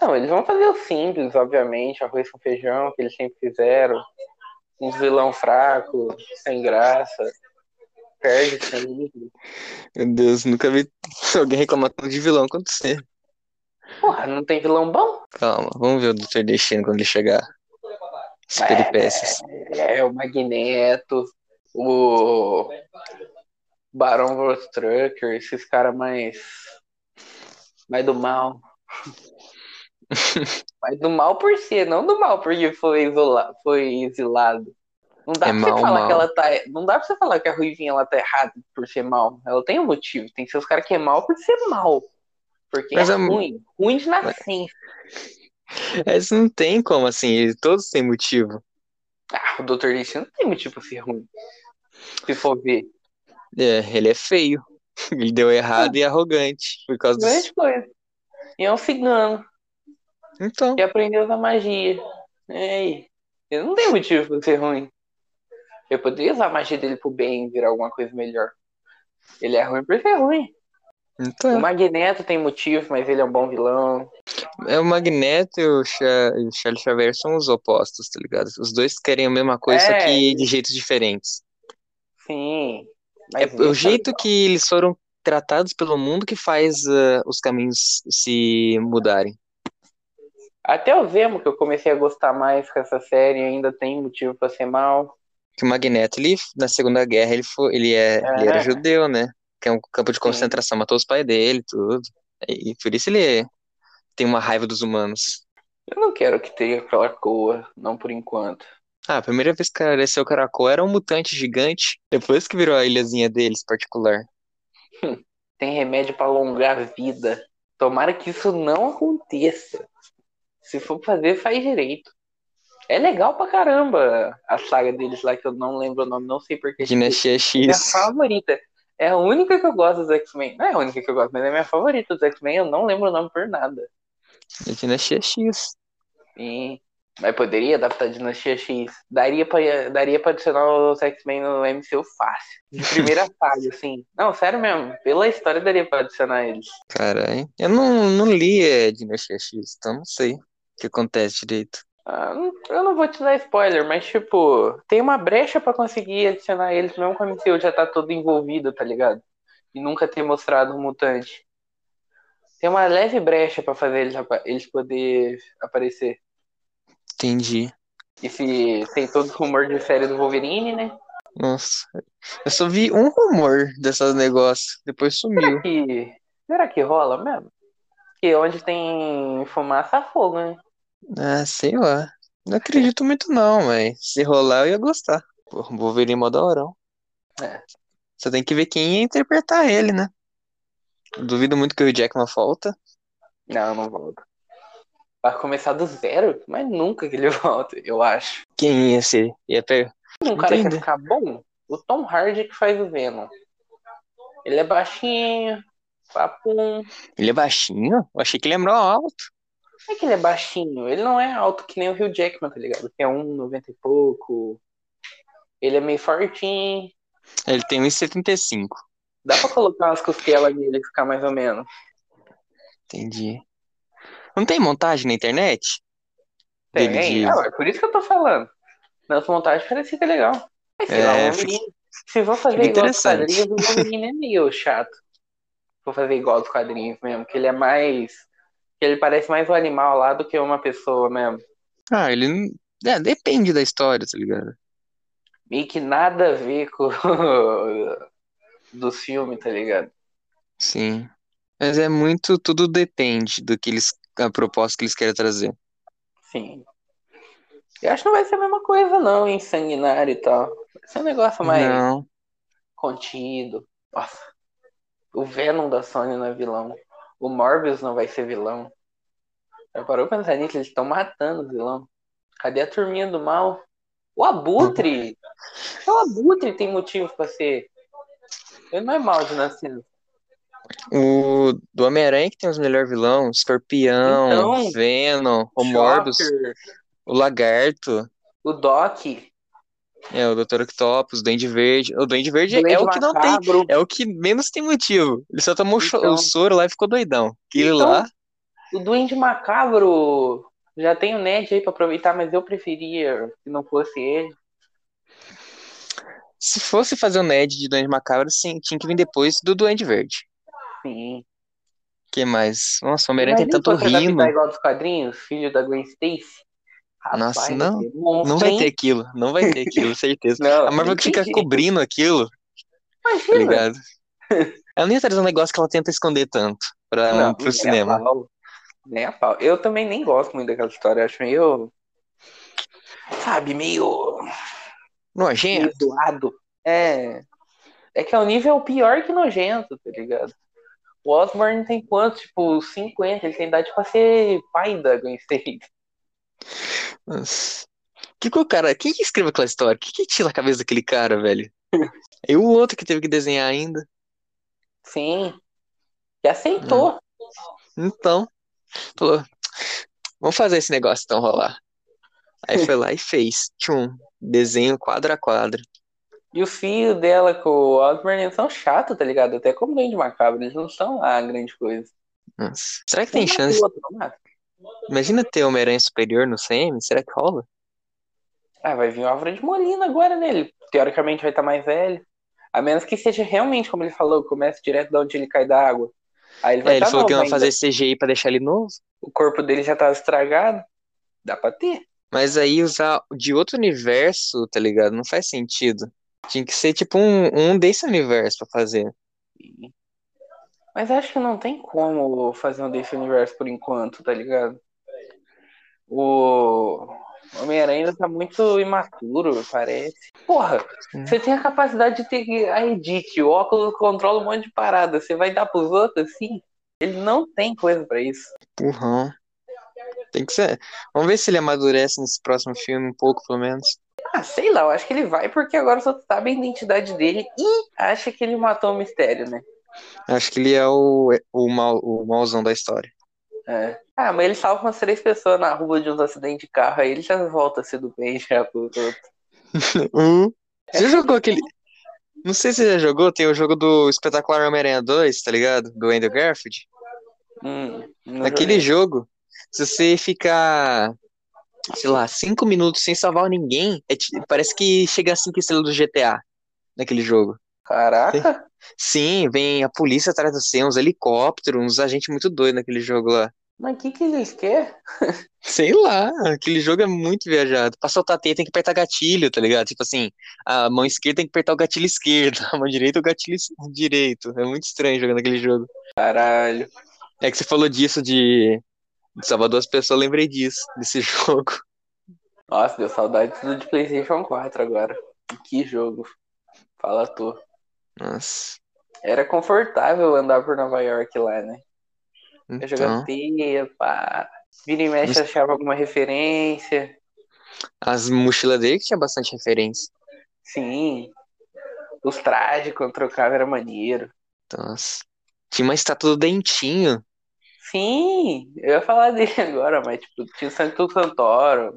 [SPEAKER 2] Não, eles vão fazer o simples, obviamente. Arroz com feijão, que eles sempre fizeram. Um vilão fraco, sem graça. Perde, tá livre.
[SPEAKER 1] Meu Deus, nunca vi alguém reclamar tanto de vilão quanto você.
[SPEAKER 2] Porra, não tem vilão bom?
[SPEAKER 1] Calma, vamos ver o Dr. Destino quando ele chegar. As peripécias.
[SPEAKER 2] É, o Magneto, o Barão Vorstrucker, esses caras mais. mais do mal. mas do mal por ser, não do mal porque foi, isola... foi exilado. Não dá
[SPEAKER 1] É
[SPEAKER 2] pra você
[SPEAKER 1] mal,
[SPEAKER 2] falar
[SPEAKER 1] mal.
[SPEAKER 2] que ela tá. Não dá pra você falar que a Ruivinha ela tá errada por ser mal. Ela tem um motivo. Tem seus caras que é mal por ser mal. Porque
[SPEAKER 1] Mas
[SPEAKER 2] é
[SPEAKER 1] é-
[SPEAKER 2] ruim. Ruim de nascença.
[SPEAKER 1] Mas não tem como, assim, eles todos têm motivo.
[SPEAKER 2] Ah, o Dr. Destino não tem motivo pra ser ruim. Se for ver.
[SPEAKER 1] É, ele é feio. Ele deu errado e arrogante por causa disso.
[SPEAKER 2] Grande coisa. E é um cigano
[SPEAKER 1] Então,
[SPEAKER 2] que aprendeu da magia. E aí? Ele não tem motivo pra ser ruim. Eu poderia usar a magia dele pro bem, virar alguma coisa melhor. Ele é ruim porque é ruim. O
[SPEAKER 1] então
[SPEAKER 2] Magneto tem motivo, mas ele é um bom vilão.
[SPEAKER 1] é o Magneto e o, Cha- e o Charles Xavier são os opostos, tá ligado? Os dois querem a mesma coisa, só
[SPEAKER 2] É.
[SPEAKER 1] que de jeitos diferentes.
[SPEAKER 2] Sim.
[SPEAKER 1] É
[SPEAKER 2] Mas
[SPEAKER 1] o jeito que eles foram tratados pelo mundo que faz ah, os caminhos se mudarem.
[SPEAKER 2] Até o Zemo, que eu comecei a gostar mais com essa série, ainda tem motivo pra ser mal.
[SPEAKER 1] que o Magneto, ele, na Segunda Guerra, ele, foi, ele, é, ele era
[SPEAKER 2] É.
[SPEAKER 1] judeu, né? Que é um campo de concentração, matou os pais dele, tudo. E, e por isso ele tem uma raiva dos humanos.
[SPEAKER 2] Eu não quero que tenha Krakoa, não por enquanto.
[SPEAKER 1] Ah, a primeira vez que apareceu o Caracol era um mutante gigante, depois que virou a ilhazinha deles particular.
[SPEAKER 2] tem remédio pra alongar a vida. Tomara que isso não aconteça. Se for fazer, faz direito. É legal pra caramba a saga deles lá, que eu não lembro o nome, não sei porque.
[SPEAKER 1] Dinastia
[SPEAKER 2] É minha
[SPEAKER 1] X.
[SPEAKER 2] favorita. É a única que eu gosto dos X-Men. Não é a única que eu gosto, mas é a minha favorita dos X-Men. Eu não lembro o nome por nada.
[SPEAKER 1] É Dinastia X.
[SPEAKER 2] E... Mas poderia adaptar a Dinastia X. Daria pra, daria pra adicionar os X-Men no MCU fácil. De primeira saga, assim. Não, sério mesmo. Pela história daria pra adicionar eles.
[SPEAKER 1] Caralho. Eu não, não li é, Dinastia X, então não sei o que acontece direito.
[SPEAKER 2] Ah, não- eu não vou te dar spoiler, mas tipo, tem uma brecha pra conseguir adicionar eles, mesmo com a MCU já tá todo envolvido, tá ligado? E nunca ter mostrado um mutante. Tem uma leve brecha pra fazer eles, apa- eles poder aparecer.
[SPEAKER 1] Entendi.
[SPEAKER 2] E se tem todo o rumor de série do Wolverine, né?
[SPEAKER 1] Nossa. Eu só vi um rumor desses negócios, depois sumiu.
[SPEAKER 2] E será que rola mesmo? Porque onde tem fumaça, há fogo, né?
[SPEAKER 1] Ah, sei lá. Não acredito muito não, mas se rolar eu ia gostar. Pô, o Wolverine é mó daorão.
[SPEAKER 2] É.
[SPEAKER 1] Só tem que ver quem ia interpretar ele, né? Duvido muito que o Jackman volta.
[SPEAKER 2] Não, não volta. Vai começar do zero, mas nunca que ele volta, eu acho.
[SPEAKER 1] Quem ia ser? Ia pegar.
[SPEAKER 2] Um cara que
[SPEAKER 1] Entendi.
[SPEAKER 2] quer ficar bom? O Tom Hardy que faz o Venom. Ele é baixinho, papum.
[SPEAKER 1] Ele é baixinho? Eu achei que ele é mó alto.
[SPEAKER 2] Não é que ele é baixinho, ele não é alto que nem o Hugh Jackman, tá ligado? Que é 1,90 e pouco. Ele é meio fortinho.
[SPEAKER 1] Ele tem 1,75.
[SPEAKER 2] Dá pra colocar umas costelas nele e ficar mais ou menos.
[SPEAKER 1] Entendi. Não tem montagem na internet?
[SPEAKER 2] Tem,
[SPEAKER 1] Dele de-
[SPEAKER 2] Ah, é por isso que eu tô falando. Nas montagens parece que é legal. Mas sei
[SPEAKER 1] É,
[SPEAKER 2] lá, o
[SPEAKER 1] fica-
[SPEAKER 2] Wolverine. Se vou fazer
[SPEAKER 1] fica
[SPEAKER 2] igual aos
[SPEAKER 1] interessante.
[SPEAKER 2] quadrinhos, o Wolverine é meio chato. Vou fazer igual aos quadrinhos mesmo, que ele é mais. que ele parece mais um animal lá do que uma pessoa mesmo.
[SPEAKER 1] Ah, ele... não- É, depende da história, tá ligado?
[SPEAKER 2] meio que nada a ver com dos filmes, tá ligado?
[SPEAKER 1] Sim. Mas é muito... Tudo depende do que eles... A proposta que eles querem trazer.
[SPEAKER 2] Sim. Eu acho que não vai ser a mesma coisa, não, em sanguinário e tal. Vai ser um negócio mais
[SPEAKER 1] Não.
[SPEAKER 2] contido. Nossa. O Venom da Sony não é vilão. O Morbius não vai ser vilão. Já parou pra pensar nisso? Eles estão matando o vilão. Cadê a turminha do mal? O Abutre! Só o Abutre tem motivo pra ser. Ele não é mal de nascimento.
[SPEAKER 1] O do Homem-Aranha que tem os melhores vilões, Escorpião,
[SPEAKER 2] Então,
[SPEAKER 1] Venom, o Morbius,
[SPEAKER 2] Shocker,
[SPEAKER 1] o Lagarto,
[SPEAKER 2] O Doc.
[SPEAKER 1] é, o Dr. Octopus, o Duende Verde. O Duende Verde é
[SPEAKER 2] Duende
[SPEAKER 1] o que não tem,
[SPEAKER 2] Macabro.
[SPEAKER 1] é o que menos tem motivo. Ele só tomou o cho-
[SPEAKER 2] Então.
[SPEAKER 1] o soro lá e ficou doidão. Aquele
[SPEAKER 2] Então.
[SPEAKER 1] lá,
[SPEAKER 2] O Duende Macabro. Já tem o Ned aí pra aproveitar, mas eu preferia que não fosse ele.
[SPEAKER 1] Se fosse fazer o Ned de Duende Macabro, sim, tinha que vir depois do Duende Verde.
[SPEAKER 2] Sim.
[SPEAKER 1] que mais? Nossa, o Homem-Aranha tem
[SPEAKER 2] Imagina se
[SPEAKER 1] tanto
[SPEAKER 2] fosse adaptar
[SPEAKER 1] rimo.
[SPEAKER 2] tá igual dos quadrinhos, filho da Gwen Stacy. Rapaz,
[SPEAKER 1] Nossa,
[SPEAKER 2] vai
[SPEAKER 1] não.
[SPEAKER 2] ser monstro,
[SPEAKER 1] Não vai
[SPEAKER 2] hein?
[SPEAKER 1] ter aquilo, não vai ter aquilo, certeza.
[SPEAKER 2] Não,
[SPEAKER 1] A Marvel
[SPEAKER 2] não
[SPEAKER 1] que
[SPEAKER 2] tem
[SPEAKER 1] fica
[SPEAKER 2] jeito.
[SPEAKER 1] cobrindo aquilo, tá
[SPEAKER 2] Imagina.
[SPEAKER 1] ligado? Ela nem ia trazer um negócio que ela tenta esconder tanto pra,
[SPEAKER 2] Não, é.
[SPEAKER 1] pro
[SPEAKER 2] nem
[SPEAKER 1] cinema.
[SPEAKER 2] a pau. Nem a pau. Eu também nem gosto muito daquela história. eu Acho meio. Sabe, meio. meio
[SPEAKER 1] Nojento.
[SPEAKER 2] zoado. É. É que é um nível pior que nojento, tá ligado? O Osborn tem quantos? Tipo, 50. Ele tem idade pra ser pai da Gwen Stacy.
[SPEAKER 1] Nossa. Que que o cara, quem que escreveu aquela história? Quem que tira a cabeça daquele cara, velho? E o outro que teve que desenhar ainda.
[SPEAKER 2] Sim. E aceitou.
[SPEAKER 1] Então, falou, vamos fazer esse negócio então rolar. Aí foi lá e fez. Tchum, desenho quadro a quadro.
[SPEAKER 2] E o filho dela com o Osborn, eles são chatos, tá ligado? Até como doente macabro, eles não são lá grande coisa.
[SPEAKER 1] Nossa. Será que
[SPEAKER 2] Um
[SPEAKER 1] tem
[SPEAKER 2] mata o
[SPEAKER 1] chance?
[SPEAKER 2] outro, não mata.
[SPEAKER 1] Imagina ter Homem-Aranha superior no CM, será que rola?
[SPEAKER 2] Ah, vai vir o Álvaro de Molina agora nele. Teoricamente vai estar mais velho. A menos que seja realmente, como ele falou, comece direto de onde ele cai da água. Aí ele vai
[SPEAKER 1] É, ele
[SPEAKER 2] estar
[SPEAKER 1] falou que
[SPEAKER 2] novo
[SPEAKER 1] ia
[SPEAKER 2] ainda.
[SPEAKER 1] fazer CGI pra deixar ele novo,
[SPEAKER 2] O corpo dele já tá estragado. Dá pra ter.
[SPEAKER 1] mas aí usar de outro universo, tá ligado? Não faz sentido. Tinha que ser tipo um, um desse universo pra fazer.
[SPEAKER 2] Mas acho que não tem como fazer um desse universo por enquanto, tá ligado? O Homem-Aranha ainda tá muito imaturo, parece. Porra,
[SPEAKER 1] Hum.
[SPEAKER 2] você tem a capacidade de ter a edit, o óculos controla um monte de parada. Você vai dar pros outros, sim? Ele não tem coisa pra isso.
[SPEAKER 1] Empurrão. Tem que ser. Vamos ver se ele amadurece nesse próximo filme um pouco, pelo menos.
[SPEAKER 2] Ah, sei lá, eu acho que ele vai porque agora só sabe a identidade dele e acha que ele matou o mistério, né?
[SPEAKER 1] Acho que ele é o, o, mal, o malzão da história.
[SPEAKER 2] É. Ah, mas ele salva umas três pessoas na rua de uns acidentes de carro, aí ele já volta sendo bem né? já pro outro.
[SPEAKER 1] Hum. Você já jogou aquele. Não sei se você já jogou, tem o jogo do Espetacular Homem-Aranha 2, tá ligado? Do Andrew Garfield.
[SPEAKER 2] Hum, não
[SPEAKER 1] Naquele
[SPEAKER 2] joguei.
[SPEAKER 1] jogo, se você ficar, sei lá, cinco minutos sem salvar ninguém, é ti- parece que chega a cinco estrelas do GTA naquele jogo.
[SPEAKER 2] Caraca,
[SPEAKER 1] Sim, vem a polícia atrás de você, uns helicópteros, uns agentes muito doidos naquele jogo lá.
[SPEAKER 2] mas o que, que eles querem?
[SPEAKER 1] Sei lá, aquele jogo é muito viajado. Pra soltar a teia tem que apertar gatilho, tá ligado? Tipo assim, a mão esquerda tem que apertar o gatilho esquerdo, a mão direita o gatilho es- direito. É muito estranho jogando aquele jogo.
[SPEAKER 2] Caralho.
[SPEAKER 1] É que você falou disso de, de Salvador as pessoas, eu lembrei disso, desse jogo.
[SPEAKER 2] Nossa, deu saudade do de PlayStation 4 agora. Que jogo. Fala tu.
[SPEAKER 1] Nossa.
[SPEAKER 2] Era confortável andar por Nova York lá, né? Eu jogando
[SPEAKER 1] Então,
[SPEAKER 2] teia, pá. Vira e mexe
[SPEAKER 1] Mas-
[SPEAKER 2] achava alguma referência.
[SPEAKER 1] as mochilas dele que tinha bastante referência.
[SPEAKER 2] Sim. Os trajes quando trocava era maneiro.
[SPEAKER 1] Então, Nossa. Tinha uma estátua do Dentinho.
[SPEAKER 2] Sim, eu ia falar dele agora, mas tipo, tinha o Santo Santoro,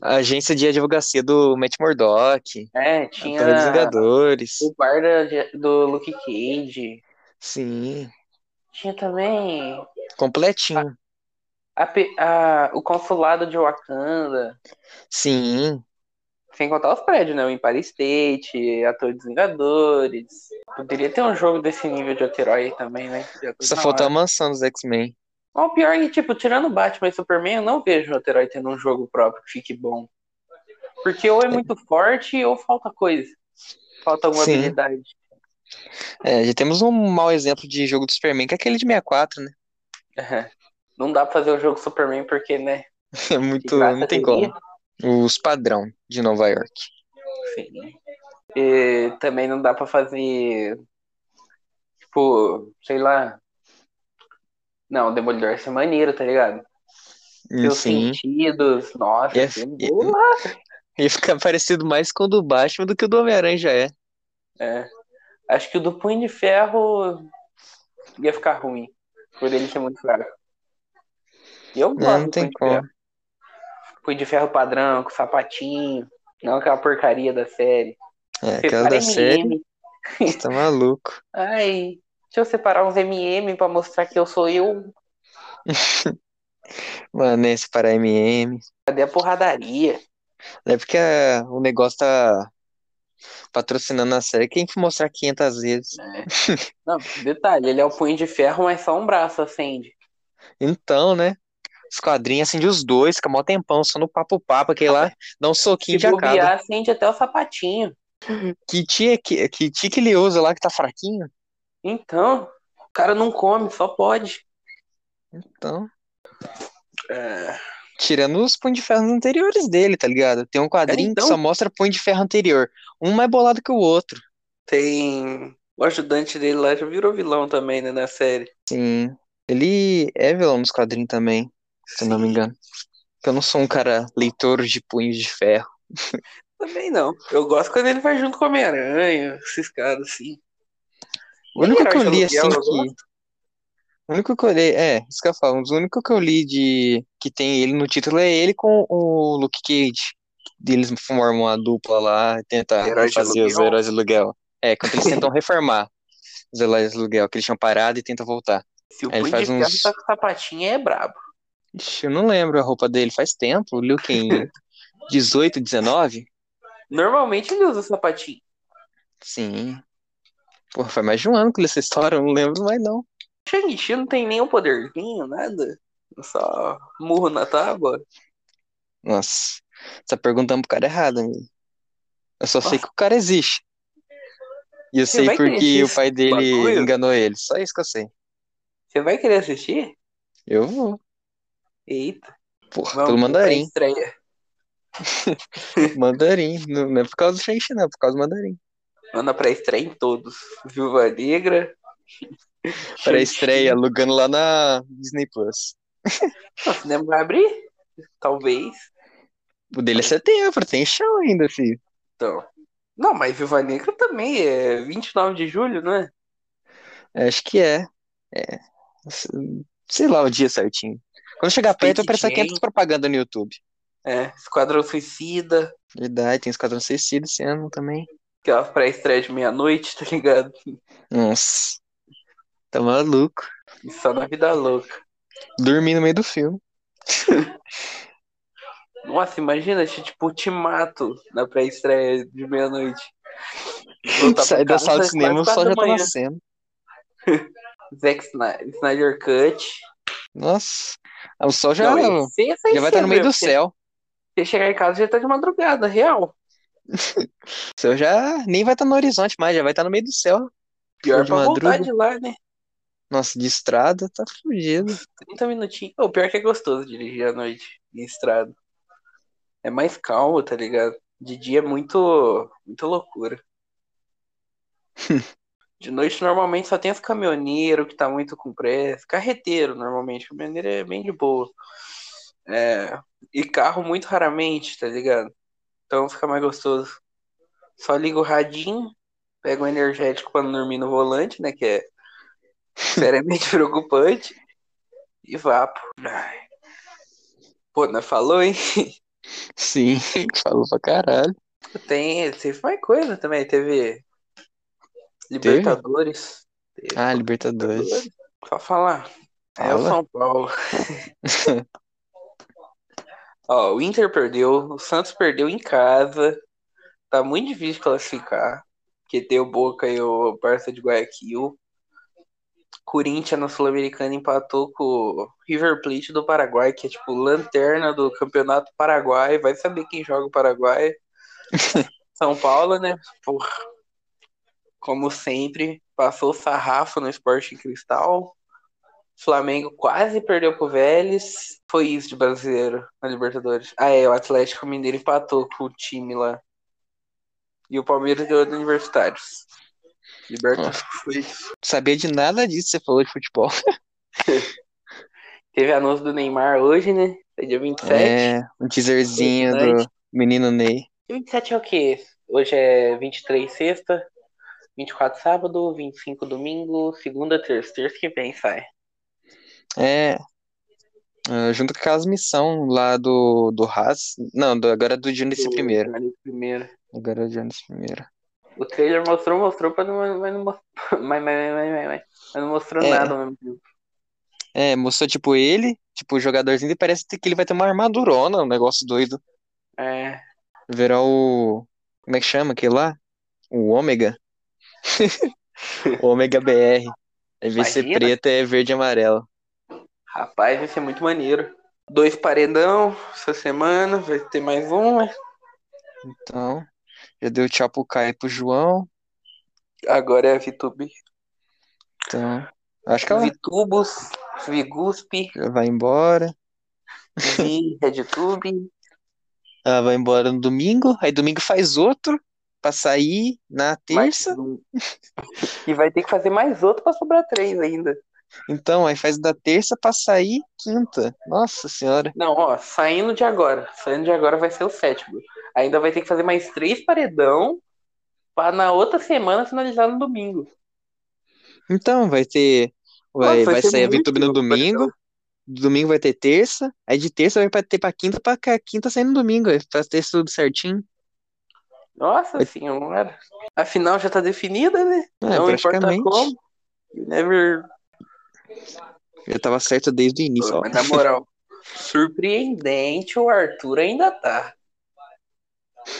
[SPEAKER 1] A agência de advocacia do Matt Murdock.
[SPEAKER 2] né?
[SPEAKER 1] A Torre dos
[SPEAKER 2] Tinha
[SPEAKER 1] Vingadores.
[SPEAKER 2] o bar da- do Luke Cage,
[SPEAKER 1] Sim.
[SPEAKER 2] tinha também
[SPEAKER 1] Completinho.
[SPEAKER 2] a pe- a- o consulado de Wakanda,
[SPEAKER 1] Sim.
[SPEAKER 2] sem contar os prédios, né? O Empire State, Ator dos Vingadores. Poderia ter um jogo desse nível de outro herói também, né? Já tô
[SPEAKER 1] Só
[SPEAKER 2] na
[SPEAKER 1] faltou a
[SPEAKER 2] hora.
[SPEAKER 1] mansão dos X-Men.
[SPEAKER 2] Mas o pior é que, tipo, tirando Batman e Superman, eu não vejo outro herói tendo um jogo próprio que fique bom. Porque ou é muito forte ou falta coisa. Falta alguma
[SPEAKER 1] Sim.
[SPEAKER 2] habilidade.
[SPEAKER 1] É, já temos um mau exemplo de jogo do Superman, que é aquele de 64, né?
[SPEAKER 2] Aham. Não dá pra fazer o jogo Superman porque, né?
[SPEAKER 1] É
[SPEAKER 2] de
[SPEAKER 1] muito,
[SPEAKER 2] graça
[SPEAKER 1] não tem
[SPEAKER 2] seria.
[SPEAKER 1] como. Os padrão de Nova York.
[SPEAKER 2] Sim. E também não dá pra fazer, tipo, sei lá. Não, o Demolidor ia ser maneiro, tá ligado? Seus
[SPEAKER 1] Sim.
[SPEAKER 2] sentidos, nossa,
[SPEAKER 1] Ia,
[SPEAKER 2] que
[SPEAKER 1] ia-
[SPEAKER 2] boa.
[SPEAKER 1] ia ficar parecido mais com o do Batman do que o do Homem-Aranha já é.
[SPEAKER 2] É. Acho que o do Punho de Ferro ia ficar ruim, por ele ser muito fraco. E eu
[SPEAKER 1] É, Não,
[SPEAKER 2] gosto
[SPEAKER 1] não
[SPEAKER 2] do Punho
[SPEAKER 1] tem
[SPEAKER 2] de
[SPEAKER 1] como.
[SPEAKER 2] Ferro. Punho de Ferro padrão, com sapatinho. Não aquela porcaria da série.
[SPEAKER 1] É, aquela
[SPEAKER 2] Separa
[SPEAKER 1] da série,
[SPEAKER 2] MM.
[SPEAKER 1] você tá maluco.
[SPEAKER 2] Ai, deixa eu separar uns MM pra mostrar que eu sou eu.
[SPEAKER 1] Mano, esse para MM.
[SPEAKER 2] Cadê a porradaria?
[SPEAKER 1] É porque ah, o negócio tá. patrocinando a série. Quem que mostrar 500 vezes?
[SPEAKER 2] É. Não, detalhe, ele é o punho de ferro, mas só um braço acende.
[SPEAKER 1] Então, né? Os quadrinhos acende os dois, fica mó tempão, só no papo-papo, aquele lá dá um soquinho de
[SPEAKER 2] Se
[SPEAKER 1] acaba.
[SPEAKER 2] bobear, acende até o sapatinho.
[SPEAKER 1] Que tia que, que tia que ele usa lá que tá fraquinho?
[SPEAKER 2] Então, o cara não come, só pode.
[SPEAKER 1] Então,
[SPEAKER 2] É,
[SPEAKER 1] tirando os punhos de ferro anteriores dele, tá ligado? Tem um quadrinho
[SPEAKER 2] então.
[SPEAKER 1] que só mostra punho de ferro anterior. Um mais bolado que o outro.
[SPEAKER 2] Tem. O ajudante dele lá já virou vilão também, né, na série.
[SPEAKER 1] Sim. Ele é vilão nos quadrinhos também, se eu não me engano. Porque eu não sou um cara leitor de punhos de ferro.
[SPEAKER 2] Também não. Eu gosto quando ele vai junto com o Homem-Aranha, esses caras assim.
[SPEAKER 1] O único que eu
[SPEAKER 2] Herói
[SPEAKER 1] li
[SPEAKER 2] de
[SPEAKER 1] assim
[SPEAKER 2] aluguel, eu
[SPEAKER 1] que. O único que eu li, é, isso que eu falo, o único que eu li de que tem ele no título é ele com o Luke Cage. Eles formam uma dupla lá, tentam
[SPEAKER 2] Heróis de
[SPEAKER 1] fazer os
[SPEAKER 2] aluguel.
[SPEAKER 1] heróis de aluguel. É, quando eles tentam reformar os heróis de aluguel, que eles tinham parado e tentam voltar.
[SPEAKER 2] Se o
[SPEAKER 1] Aí ele
[SPEAKER 2] punho
[SPEAKER 1] faz
[SPEAKER 2] de ferro
[SPEAKER 1] uns-
[SPEAKER 2] tá com sapatinho, é brabo.
[SPEAKER 1] Ixi, eu não lembro a roupa dele, faz tempo, eu li o que em 18, 19?
[SPEAKER 2] Normalmente ele usa sapatinho.
[SPEAKER 1] Sim. Porra, faz mais de um ano que eu li essa história, eu não lembro mais não.
[SPEAKER 2] Shang-Chi não tem nenhum poderzinho, nada. Só murro na tábua.
[SPEAKER 1] Nossa, você tá perguntando pro cara errado, amigo. Eu só sei
[SPEAKER 2] Nossa.
[SPEAKER 1] que o cara existe. E eu
[SPEAKER 2] Você
[SPEAKER 1] sei
[SPEAKER 2] vai querer
[SPEAKER 1] porque
[SPEAKER 2] assistir
[SPEAKER 1] o pai
[SPEAKER 2] esse
[SPEAKER 1] dele
[SPEAKER 2] bagulho?
[SPEAKER 1] enganou ele. Só isso que eu sei.
[SPEAKER 2] Você vai querer assistir?
[SPEAKER 1] Eu vou.
[SPEAKER 2] Eita,
[SPEAKER 1] Porra,
[SPEAKER 2] vamos
[SPEAKER 1] pelo
[SPEAKER 2] pra
[SPEAKER 1] mandarim.
[SPEAKER 2] estreia.
[SPEAKER 1] Mandarim. Não, não é por causa do French, não. É por causa do mandarim.
[SPEAKER 2] Manda pra estreia em todos. Viúva Negra.
[SPEAKER 1] Para a estreia, alugando lá na Disney Plus.
[SPEAKER 2] O cinema vai abrir? Talvez.
[SPEAKER 1] O dele é setembro, tem chão ainda, filho.
[SPEAKER 2] Então. Não, mas Viúva Negra também é 29 de julho, não é?
[SPEAKER 1] Acho que é. É. Sei lá o dia certinho. Quando chegar perto, vai
[SPEAKER 2] Speed
[SPEAKER 1] aparecer
[SPEAKER 2] Jam.
[SPEAKER 1] 500 propaganda no YouTube.
[SPEAKER 2] É. Esquadrão Suicida.
[SPEAKER 1] Verdade, tem Esquadrão Suicida esse ano também.
[SPEAKER 2] Aquela pré-estreia de meia-noite, tá ligado?
[SPEAKER 1] Nossa. Tá maluco.
[SPEAKER 2] Só na é vida louca.
[SPEAKER 1] Dormi no meio do filme.
[SPEAKER 2] Nossa, imagina, tipo, ultimato na pré-estreia de meia-noite. Voltar
[SPEAKER 1] Sai
[SPEAKER 2] pra
[SPEAKER 1] da sala de
[SPEAKER 2] casa
[SPEAKER 1] cinema, o
[SPEAKER 2] quase quatro
[SPEAKER 1] sol
[SPEAKER 2] da
[SPEAKER 1] já tá
[SPEAKER 2] manhã.
[SPEAKER 1] nascendo.
[SPEAKER 2] Zack Snyder, Snyder Cut.
[SPEAKER 1] Nossa, Ah, o sol já,
[SPEAKER 2] Não, esse- esse aí
[SPEAKER 1] já vai
[SPEAKER 2] você
[SPEAKER 1] estar no meio
[SPEAKER 2] viu,
[SPEAKER 1] do
[SPEAKER 2] porque
[SPEAKER 1] céu.
[SPEAKER 2] Você chegar em casa já tá de madrugada, real.
[SPEAKER 1] O sol já nem vai estar no horizonte mais, já vai estar no meio do céu.
[SPEAKER 2] Pior
[SPEAKER 1] de
[SPEAKER 2] pra voltar
[SPEAKER 1] madruga.
[SPEAKER 2] de lá, né?
[SPEAKER 1] Nossa, de estrada, tá fugido.
[SPEAKER 2] 30 minutinhos. O pior que é gostoso dirigir à noite em estrada. É mais calmo, tá ligado? De dia é muito, muito loucura. De noite normalmente só tem os caminhoneiros que tá muito com pressa. Carreteiro, normalmente. Caminhoneiro é bem de boa. É, E carro muito raramente, tá ligado? Então fica mais gostoso. Só liga o radinho, pega um energético pra não dormir no volante, né? Que é seriamente preocupante. E vapo. Ai. Pô, não falou, hein?
[SPEAKER 1] Sim, falou pra caralho.
[SPEAKER 2] Tem, teve mais coisa também, teve Libertadores. Teve
[SPEAKER 1] Ah, Libertadores.
[SPEAKER 2] Só falar. É o
[SPEAKER 1] Fala.
[SPEAKER 2] São Paulo. Ó, o Inter perdeu, o Santos perdeu em casa. Tá muito difícil classificar. Porque tem o Boca e o Barça de Guayaquil. Corinthians na Sul-Americana empatou com o River Plate do Paraguai, que é tipo lanterna do campeonato Paraguai. Vai saber quem joga o Paraguai. São Paulo, né? Porra. Como sempre, passou o sarrafo no Sporting Cristal. Flamengo quase perdeu pro Vélez. Foi isso de brasileiro na Libertadores. Ah, é, o Atlético Mineiro empatou com o time lá. E o Palmeiras ganhou do Universitários.
[SPEAKER 1] É.
[SPEAKER 2] Libertadores. Foi isso.
[SPEAKER 1] Não sabia de nada disso que você falou de futebol.
[SPEAKER 2] Teve anúncio do Neymar hoje, né? É dia 27.
[SPEAKER 1] É, um teaserzinho do menino Ney.
[SPEAKER 2] Dia 27 é o quê? Hoje é 23 sexta, 24 sábado, 25 domingo, segunda, terça. Terça que vem sai.
[SPEAKER 1] É, ah, junto com aquelas missão lá do, do Haas. Não, do, agora é do Junice
[SPEAKER 2] Do-
[SPEAKER 1] primeiro.
[SPEAKER 2] Primeiro.
[SPEAKER 1] Agora é o Junice primeiro.
[SPEAKER 2] O trailer mostrou, mostrou, mas não, mas não, mos- mas, mas, mas, mas, mas, mas não mostrou
[SPEAKER 1] É.
[SPEAKER 2] nada ao mesmo tempo.
[SPEAKER 1] É, mostrou tipo ele, tipo o jogadorzinho, e parece que ele vai ter uma armadurona, um negócio doido.
[SPEAKER 2] É,
[SPEAKER 1] Virar o. Como é que chama aquele lá? O ômega? O ômega BR. Em vez de ser
[SPEAKER 2] Imagina.
[SPEAKER 1] preto, é verde e amarelo.
[SPEAKER 2] Rapaz, vai ser muito maneiro. Dois paredão essa semana, vai ter mais um. mas
[SPEAKER 1] Então, já deu tchau pro Caio e pro João.
[SPEAKER 2] Agora é a Vitube.
[SPEAKER 1] Então, acho que ela
[SPEAKER 2] Vitubos, Vigusp,
[SPEAKER 1] já vai embora.
[SPEAKER 2] Vi, RedTube.
[SPEAKER 1] Ela vai embora no domingo. Aí domingo faz outro pra sair na terça.
[SPEAKER 2] mais um. E vai ter que fazer mais outro pra sobrar três ainda.
[SPEAKER 1] Então, aí faz da terça pra sair quinta. Nossa senhora.
[SPEAKER 2] Não, ó, saindo de agora. Saindo de agora vai ser o sétimo. Ainda vai ter que fazer mais três paredão pra na outra semana finalizar no domingo.
[SPEAKER 1] Então, vai ter. Vai,
[SPEAKER 2] Nossa, vai
[SPEAKER 1] vai
[SPEAKER 2] ser
[SPEAKER 1] sair a
[SPEAKER 2] muito
[SPEAKER 1] Vitube no
[SPEAKER 2] louco,
[SPEAKER 1] domingo. Domingo vai ter terça. Aí de terça vai ter pra quinta, pra ca- quinta sair no domingo. aí Faz ter tudo certinho.
[SPEAKER 2] Nossa
[SPEAKER 1] Vai-
[SPEAKER 2] senhora. A final já tá definida, né?
[SPEAKER 1] É,
[SPEAKER 2] Não importa
[SPEAKER 1] praticamente.
[SPEAKER 2] como. You never.
[SPEAKER 1] Eu tava certo desde o início, ó.
[SPEAKER 2] Mas na moral, surpreendente o Arthur ainda tá.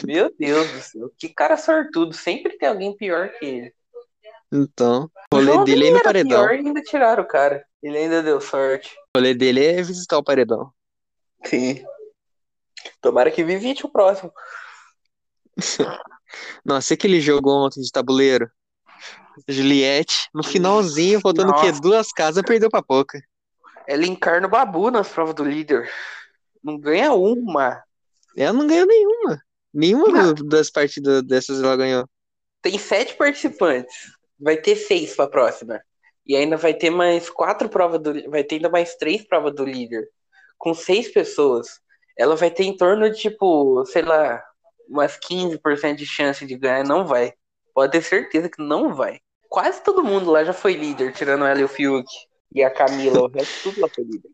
[SPEAKER 2] Meu Deus do céu. Que cara sortudo. Sempre tem alguém pior que ele.
[SPEAKER 1] Então, o
[SPEAKER 2] O
[SPEAKER 1] rolê
[SPEAKER 2] João
[SPEAKER 1] dele é ir
[SPEAKER 2] nem
[SPEAKER 1] no
[SPEAKER 2] era
[SPEAKER 1] paredão.
[SPEAKER 2] pior e ainda tiraram o cara. Ele ainda deu sorte.
[SPEAKER 1] O rolê dele é visitar o paredão.
[SPEAKER 2] Sim. Tomara que visite o próximo.
[SPEAKER 1] Nossa, e aquele jogo ontem de tabuleiro? Juliette, no finalzinho, faltando o quê?
[SPEAKER 2] Nossa.
[SPEAKER 1] Duas casas, perdeu pra pouca.
[SPEAKER 2] Ela encarna o babu nas provas do líder. Não ganha uma.
[SPEAKER 1] Ela não ganhou nenhuma. Nenhuma do- das partidas dessas ela ganhou.
[SPEAKER 2] Tem sete participantes. Vai ter seis pra próxima. E ainda vai ter mais quatro provas do. Vai ter ainda mais três provas do líder. Com seis pessoas. Ela vai ter em torno de, tipo, sei lá, umas 15% de chance de ganhar. Não vai. Pode ter certeza que não vai. Quase todo mundo lá já foi líder, tirando ela e o Fiuk. E a Camila, o resto tudo lá foi líder.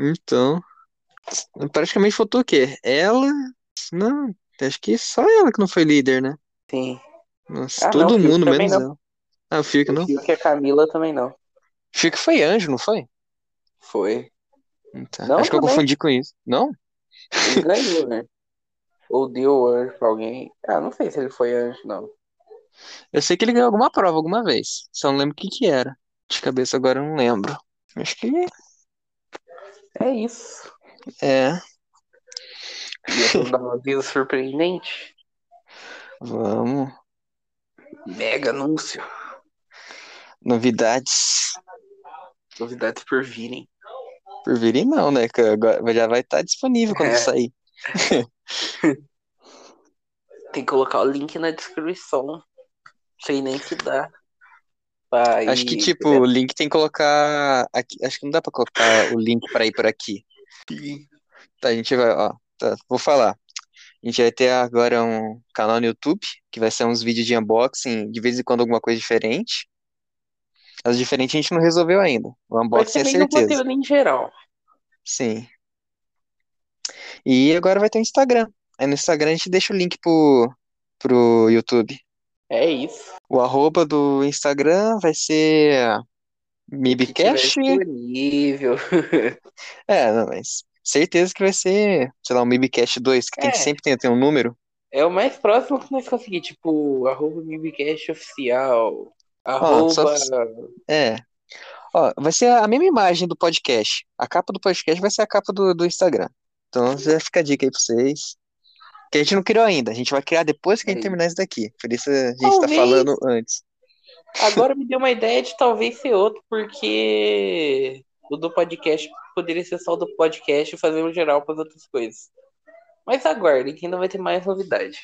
[SPEAKER 1] Então, praticamente faltou o quê? Ela? Não, acho que só ela que não foi líder, né?
[SPEAKER 2] Sim.
[SPEAKER 1] Nossa,
[SPEAKER 2] Ah, não,
[SPEAKER 1] todo
[SPEAKER 2] o Fiuk
[SPEAKER 1] mundo,
[SPEAKER 2] também
[SPEAKER 1] menos
[SPEAKER 2] não.
[SPEAKER 1] ela. Ah, o Fiuk
[SPEAKER 2] O
[SPEAKER 1] não?
[SPEAKER 2] Fiuk e a Camila também não.
[SPEAKER 1] Fiuk foi anjo, não foi?
[SPEAKER 2] Foi.
[SPEAKER 1] Tá.
[SPEAKER 2] Não,
[SPEAKER 1] Acho que eu
[SPEAKER 2] também.
[SPEAKER 1] confundi com isso. Não?
[SPEAKER 2] Ele ganhou, né? Ou deu anjo pra alguém. Ah, não sei se ele foi anjo, não.
[SPEAKER 1] Eu sei que ele ganhou alguma prova alguma vez. Só não lembro o que que era. De cabeça agora eu não lembro. Acho que
[SPEAKER 2] É isso.
[SPEAKER 1] é.
[SPEAKER 2] E eu vou dar um aviso surpreendente.
[SPEAKER 1] Vamos.
[SPEAKER 2] Mega anúncio.
[SPEAKER 1] Novidades.
[SPEAKER 2] Novidades por virem.
[SPEAKER 1] Por virem não, né? Que agora já vai estar disponível quando
[SPEAKER 2] É.
[SPEAKER 1] sair.
[SPEAKER 2] Tem que colocar o link na descrição. Sei nem se dá. Pra
[SPEAKER 1] Acho
[SPEAKER 2] ir-
[SPEAKER 1] que, tipo, o link tem que colocar. Aqui. Acho que não dá pra colocar o link pra ir por aqui. Tá, a gente vai, ó. tá, vou falar. A gente vai ter agora um canal no YouTube, que vai ser uns vídeos de unboxing, de vez em quando alguma coisa diferente. As diferentes a gente não resolveu ainda. O
[SPEAKER 2] Mas
[SPEAKER 1] unboxing é
[SPEAKER 2] também no
[SPEAKER 1] certeza.
[SPEAKER 2] conteúdo em geral.
[SPEAKER 1] Sim. E agora vai ter o Instagram. Aí no Instagram a gente deixa o link pro, pro YouTube.
[SPEAKER 2] É isso.
[SPEAKER 1] O arroba do Instagram vai ser
[SPEAKER 2] Se tiver
[SPEAKER 1] MibCast.
[SPEAKER 2] disponível.
[SPEAKER 1] É, não, mas certeza que vai ser, sei lá, o MibCast 2, que tem que
[SPEAKER 2] É.
[SPEAKER 1] sempre tem, tem um número.
[SPEAKER 2] É o mais próximo que nós conseguir. Tipo, arroba Mimicast oficial.
[SPEAKER 1] Ó, só-
[SPEAKER 2] Arroba.
[SPEAKER 1] É. Ó, vai ser a mesma imagem do podcast. A capa do podcast vai ser a capa do, do Instagram. Então já fica a dica aí pra vocês. Que a gente não criou ainda, a gente vai criar depois que a gente
[SPEAKER 2] Aí.
[SPEAKER 1] terminar isso daqui. Por isso a gente tá
[SPEAKER 2] É. Talvez.
[SPEAKER 1] falando antes.
[SPEAKER 2] Agora me deu uma ideia de talvez ser outro, porque o do podcast poderia ser só o do podcast e fazer um geral para as outras coisas. Mas aguardem, que ainda vai ter mais novidade.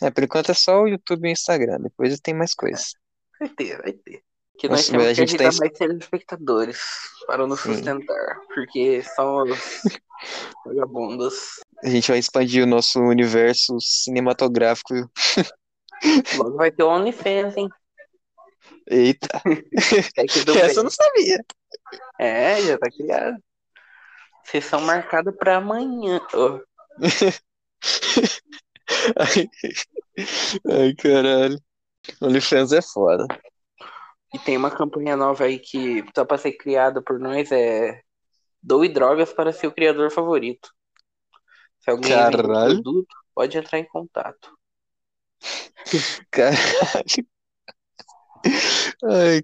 [SPEAKER 1] É, por enquanto é só o YouTube e o Instagram. Depois tem mais coisas.
[SPEAKER 2] Vai ter, vai ter. Que nós
[SPEAKER 1] Nossa,
[SPEAKER 2] temos
[SPEAKER 1] mas a
[SPEAKER 2] que
[SPEAKER 1] gente tá
[SPEAKER 2] ajudar
[SPEAKER 1] es-
[SPEAKER 2] mais telespectadores para nos
[SPEAKER 1] Sim.
[SPEAKER 2] sustentar, porque são os vagabundos.
[SPEAKER 1] A gente vai expandir o nosso universo cinematográfico.
[SPEAKER 2] Logo vai ter o OnlyFans, hein?
[SPEAKER 1] Eita,
[SPEAKER 2] É que do
[SPEAKER 1] essa eu
[SPEAKER 2] bem.
[SPEAKER 1] não sabia.
[SPEAKER 2] É, já tá criado. Sessão marcada para amanhã. Ó,
[SPEAKER 1] Ai, ai, caralho. OnlyFans é foda.
[SPEAKER 2] E tem uma campanha nova aí que tá pra ser criada por nós, é Doe drogas para seu criador favorito. Se alguém um vender
[SPEAKER 1] Caralho.
[SPEAKER 2] produto, pode entrar em contato.
[SPEAKER 1] Caralho. Ai.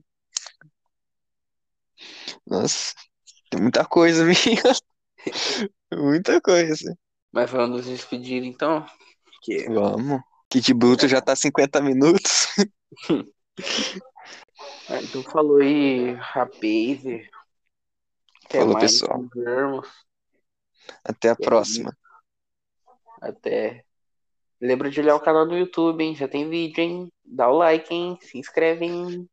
[SPEAKER 1] Nossa, tem muita coisa, minha. Muita coisa.
[SPEAKER 2] Mas vamos nos despedir então. Que
[SPEAKER 1] Vamos. Kit Bruto já tá 50 minutos.
[SPEAKER 2] Ah, Então falou aí, rapaz. Até
[SPEAKER 1] Falou,
[SPEAKER 2] mais,
[SPEAKER 1] pessoal.
[SPEAKER 2] nos vemos.
[SPEAKER 1] Até a próxima.
[SPEAKER 2] Até. Lembra de olhar o canal do YouTube, hein? Já tem vídeo, hein? Dá o like, hein? Se inscreve, hein?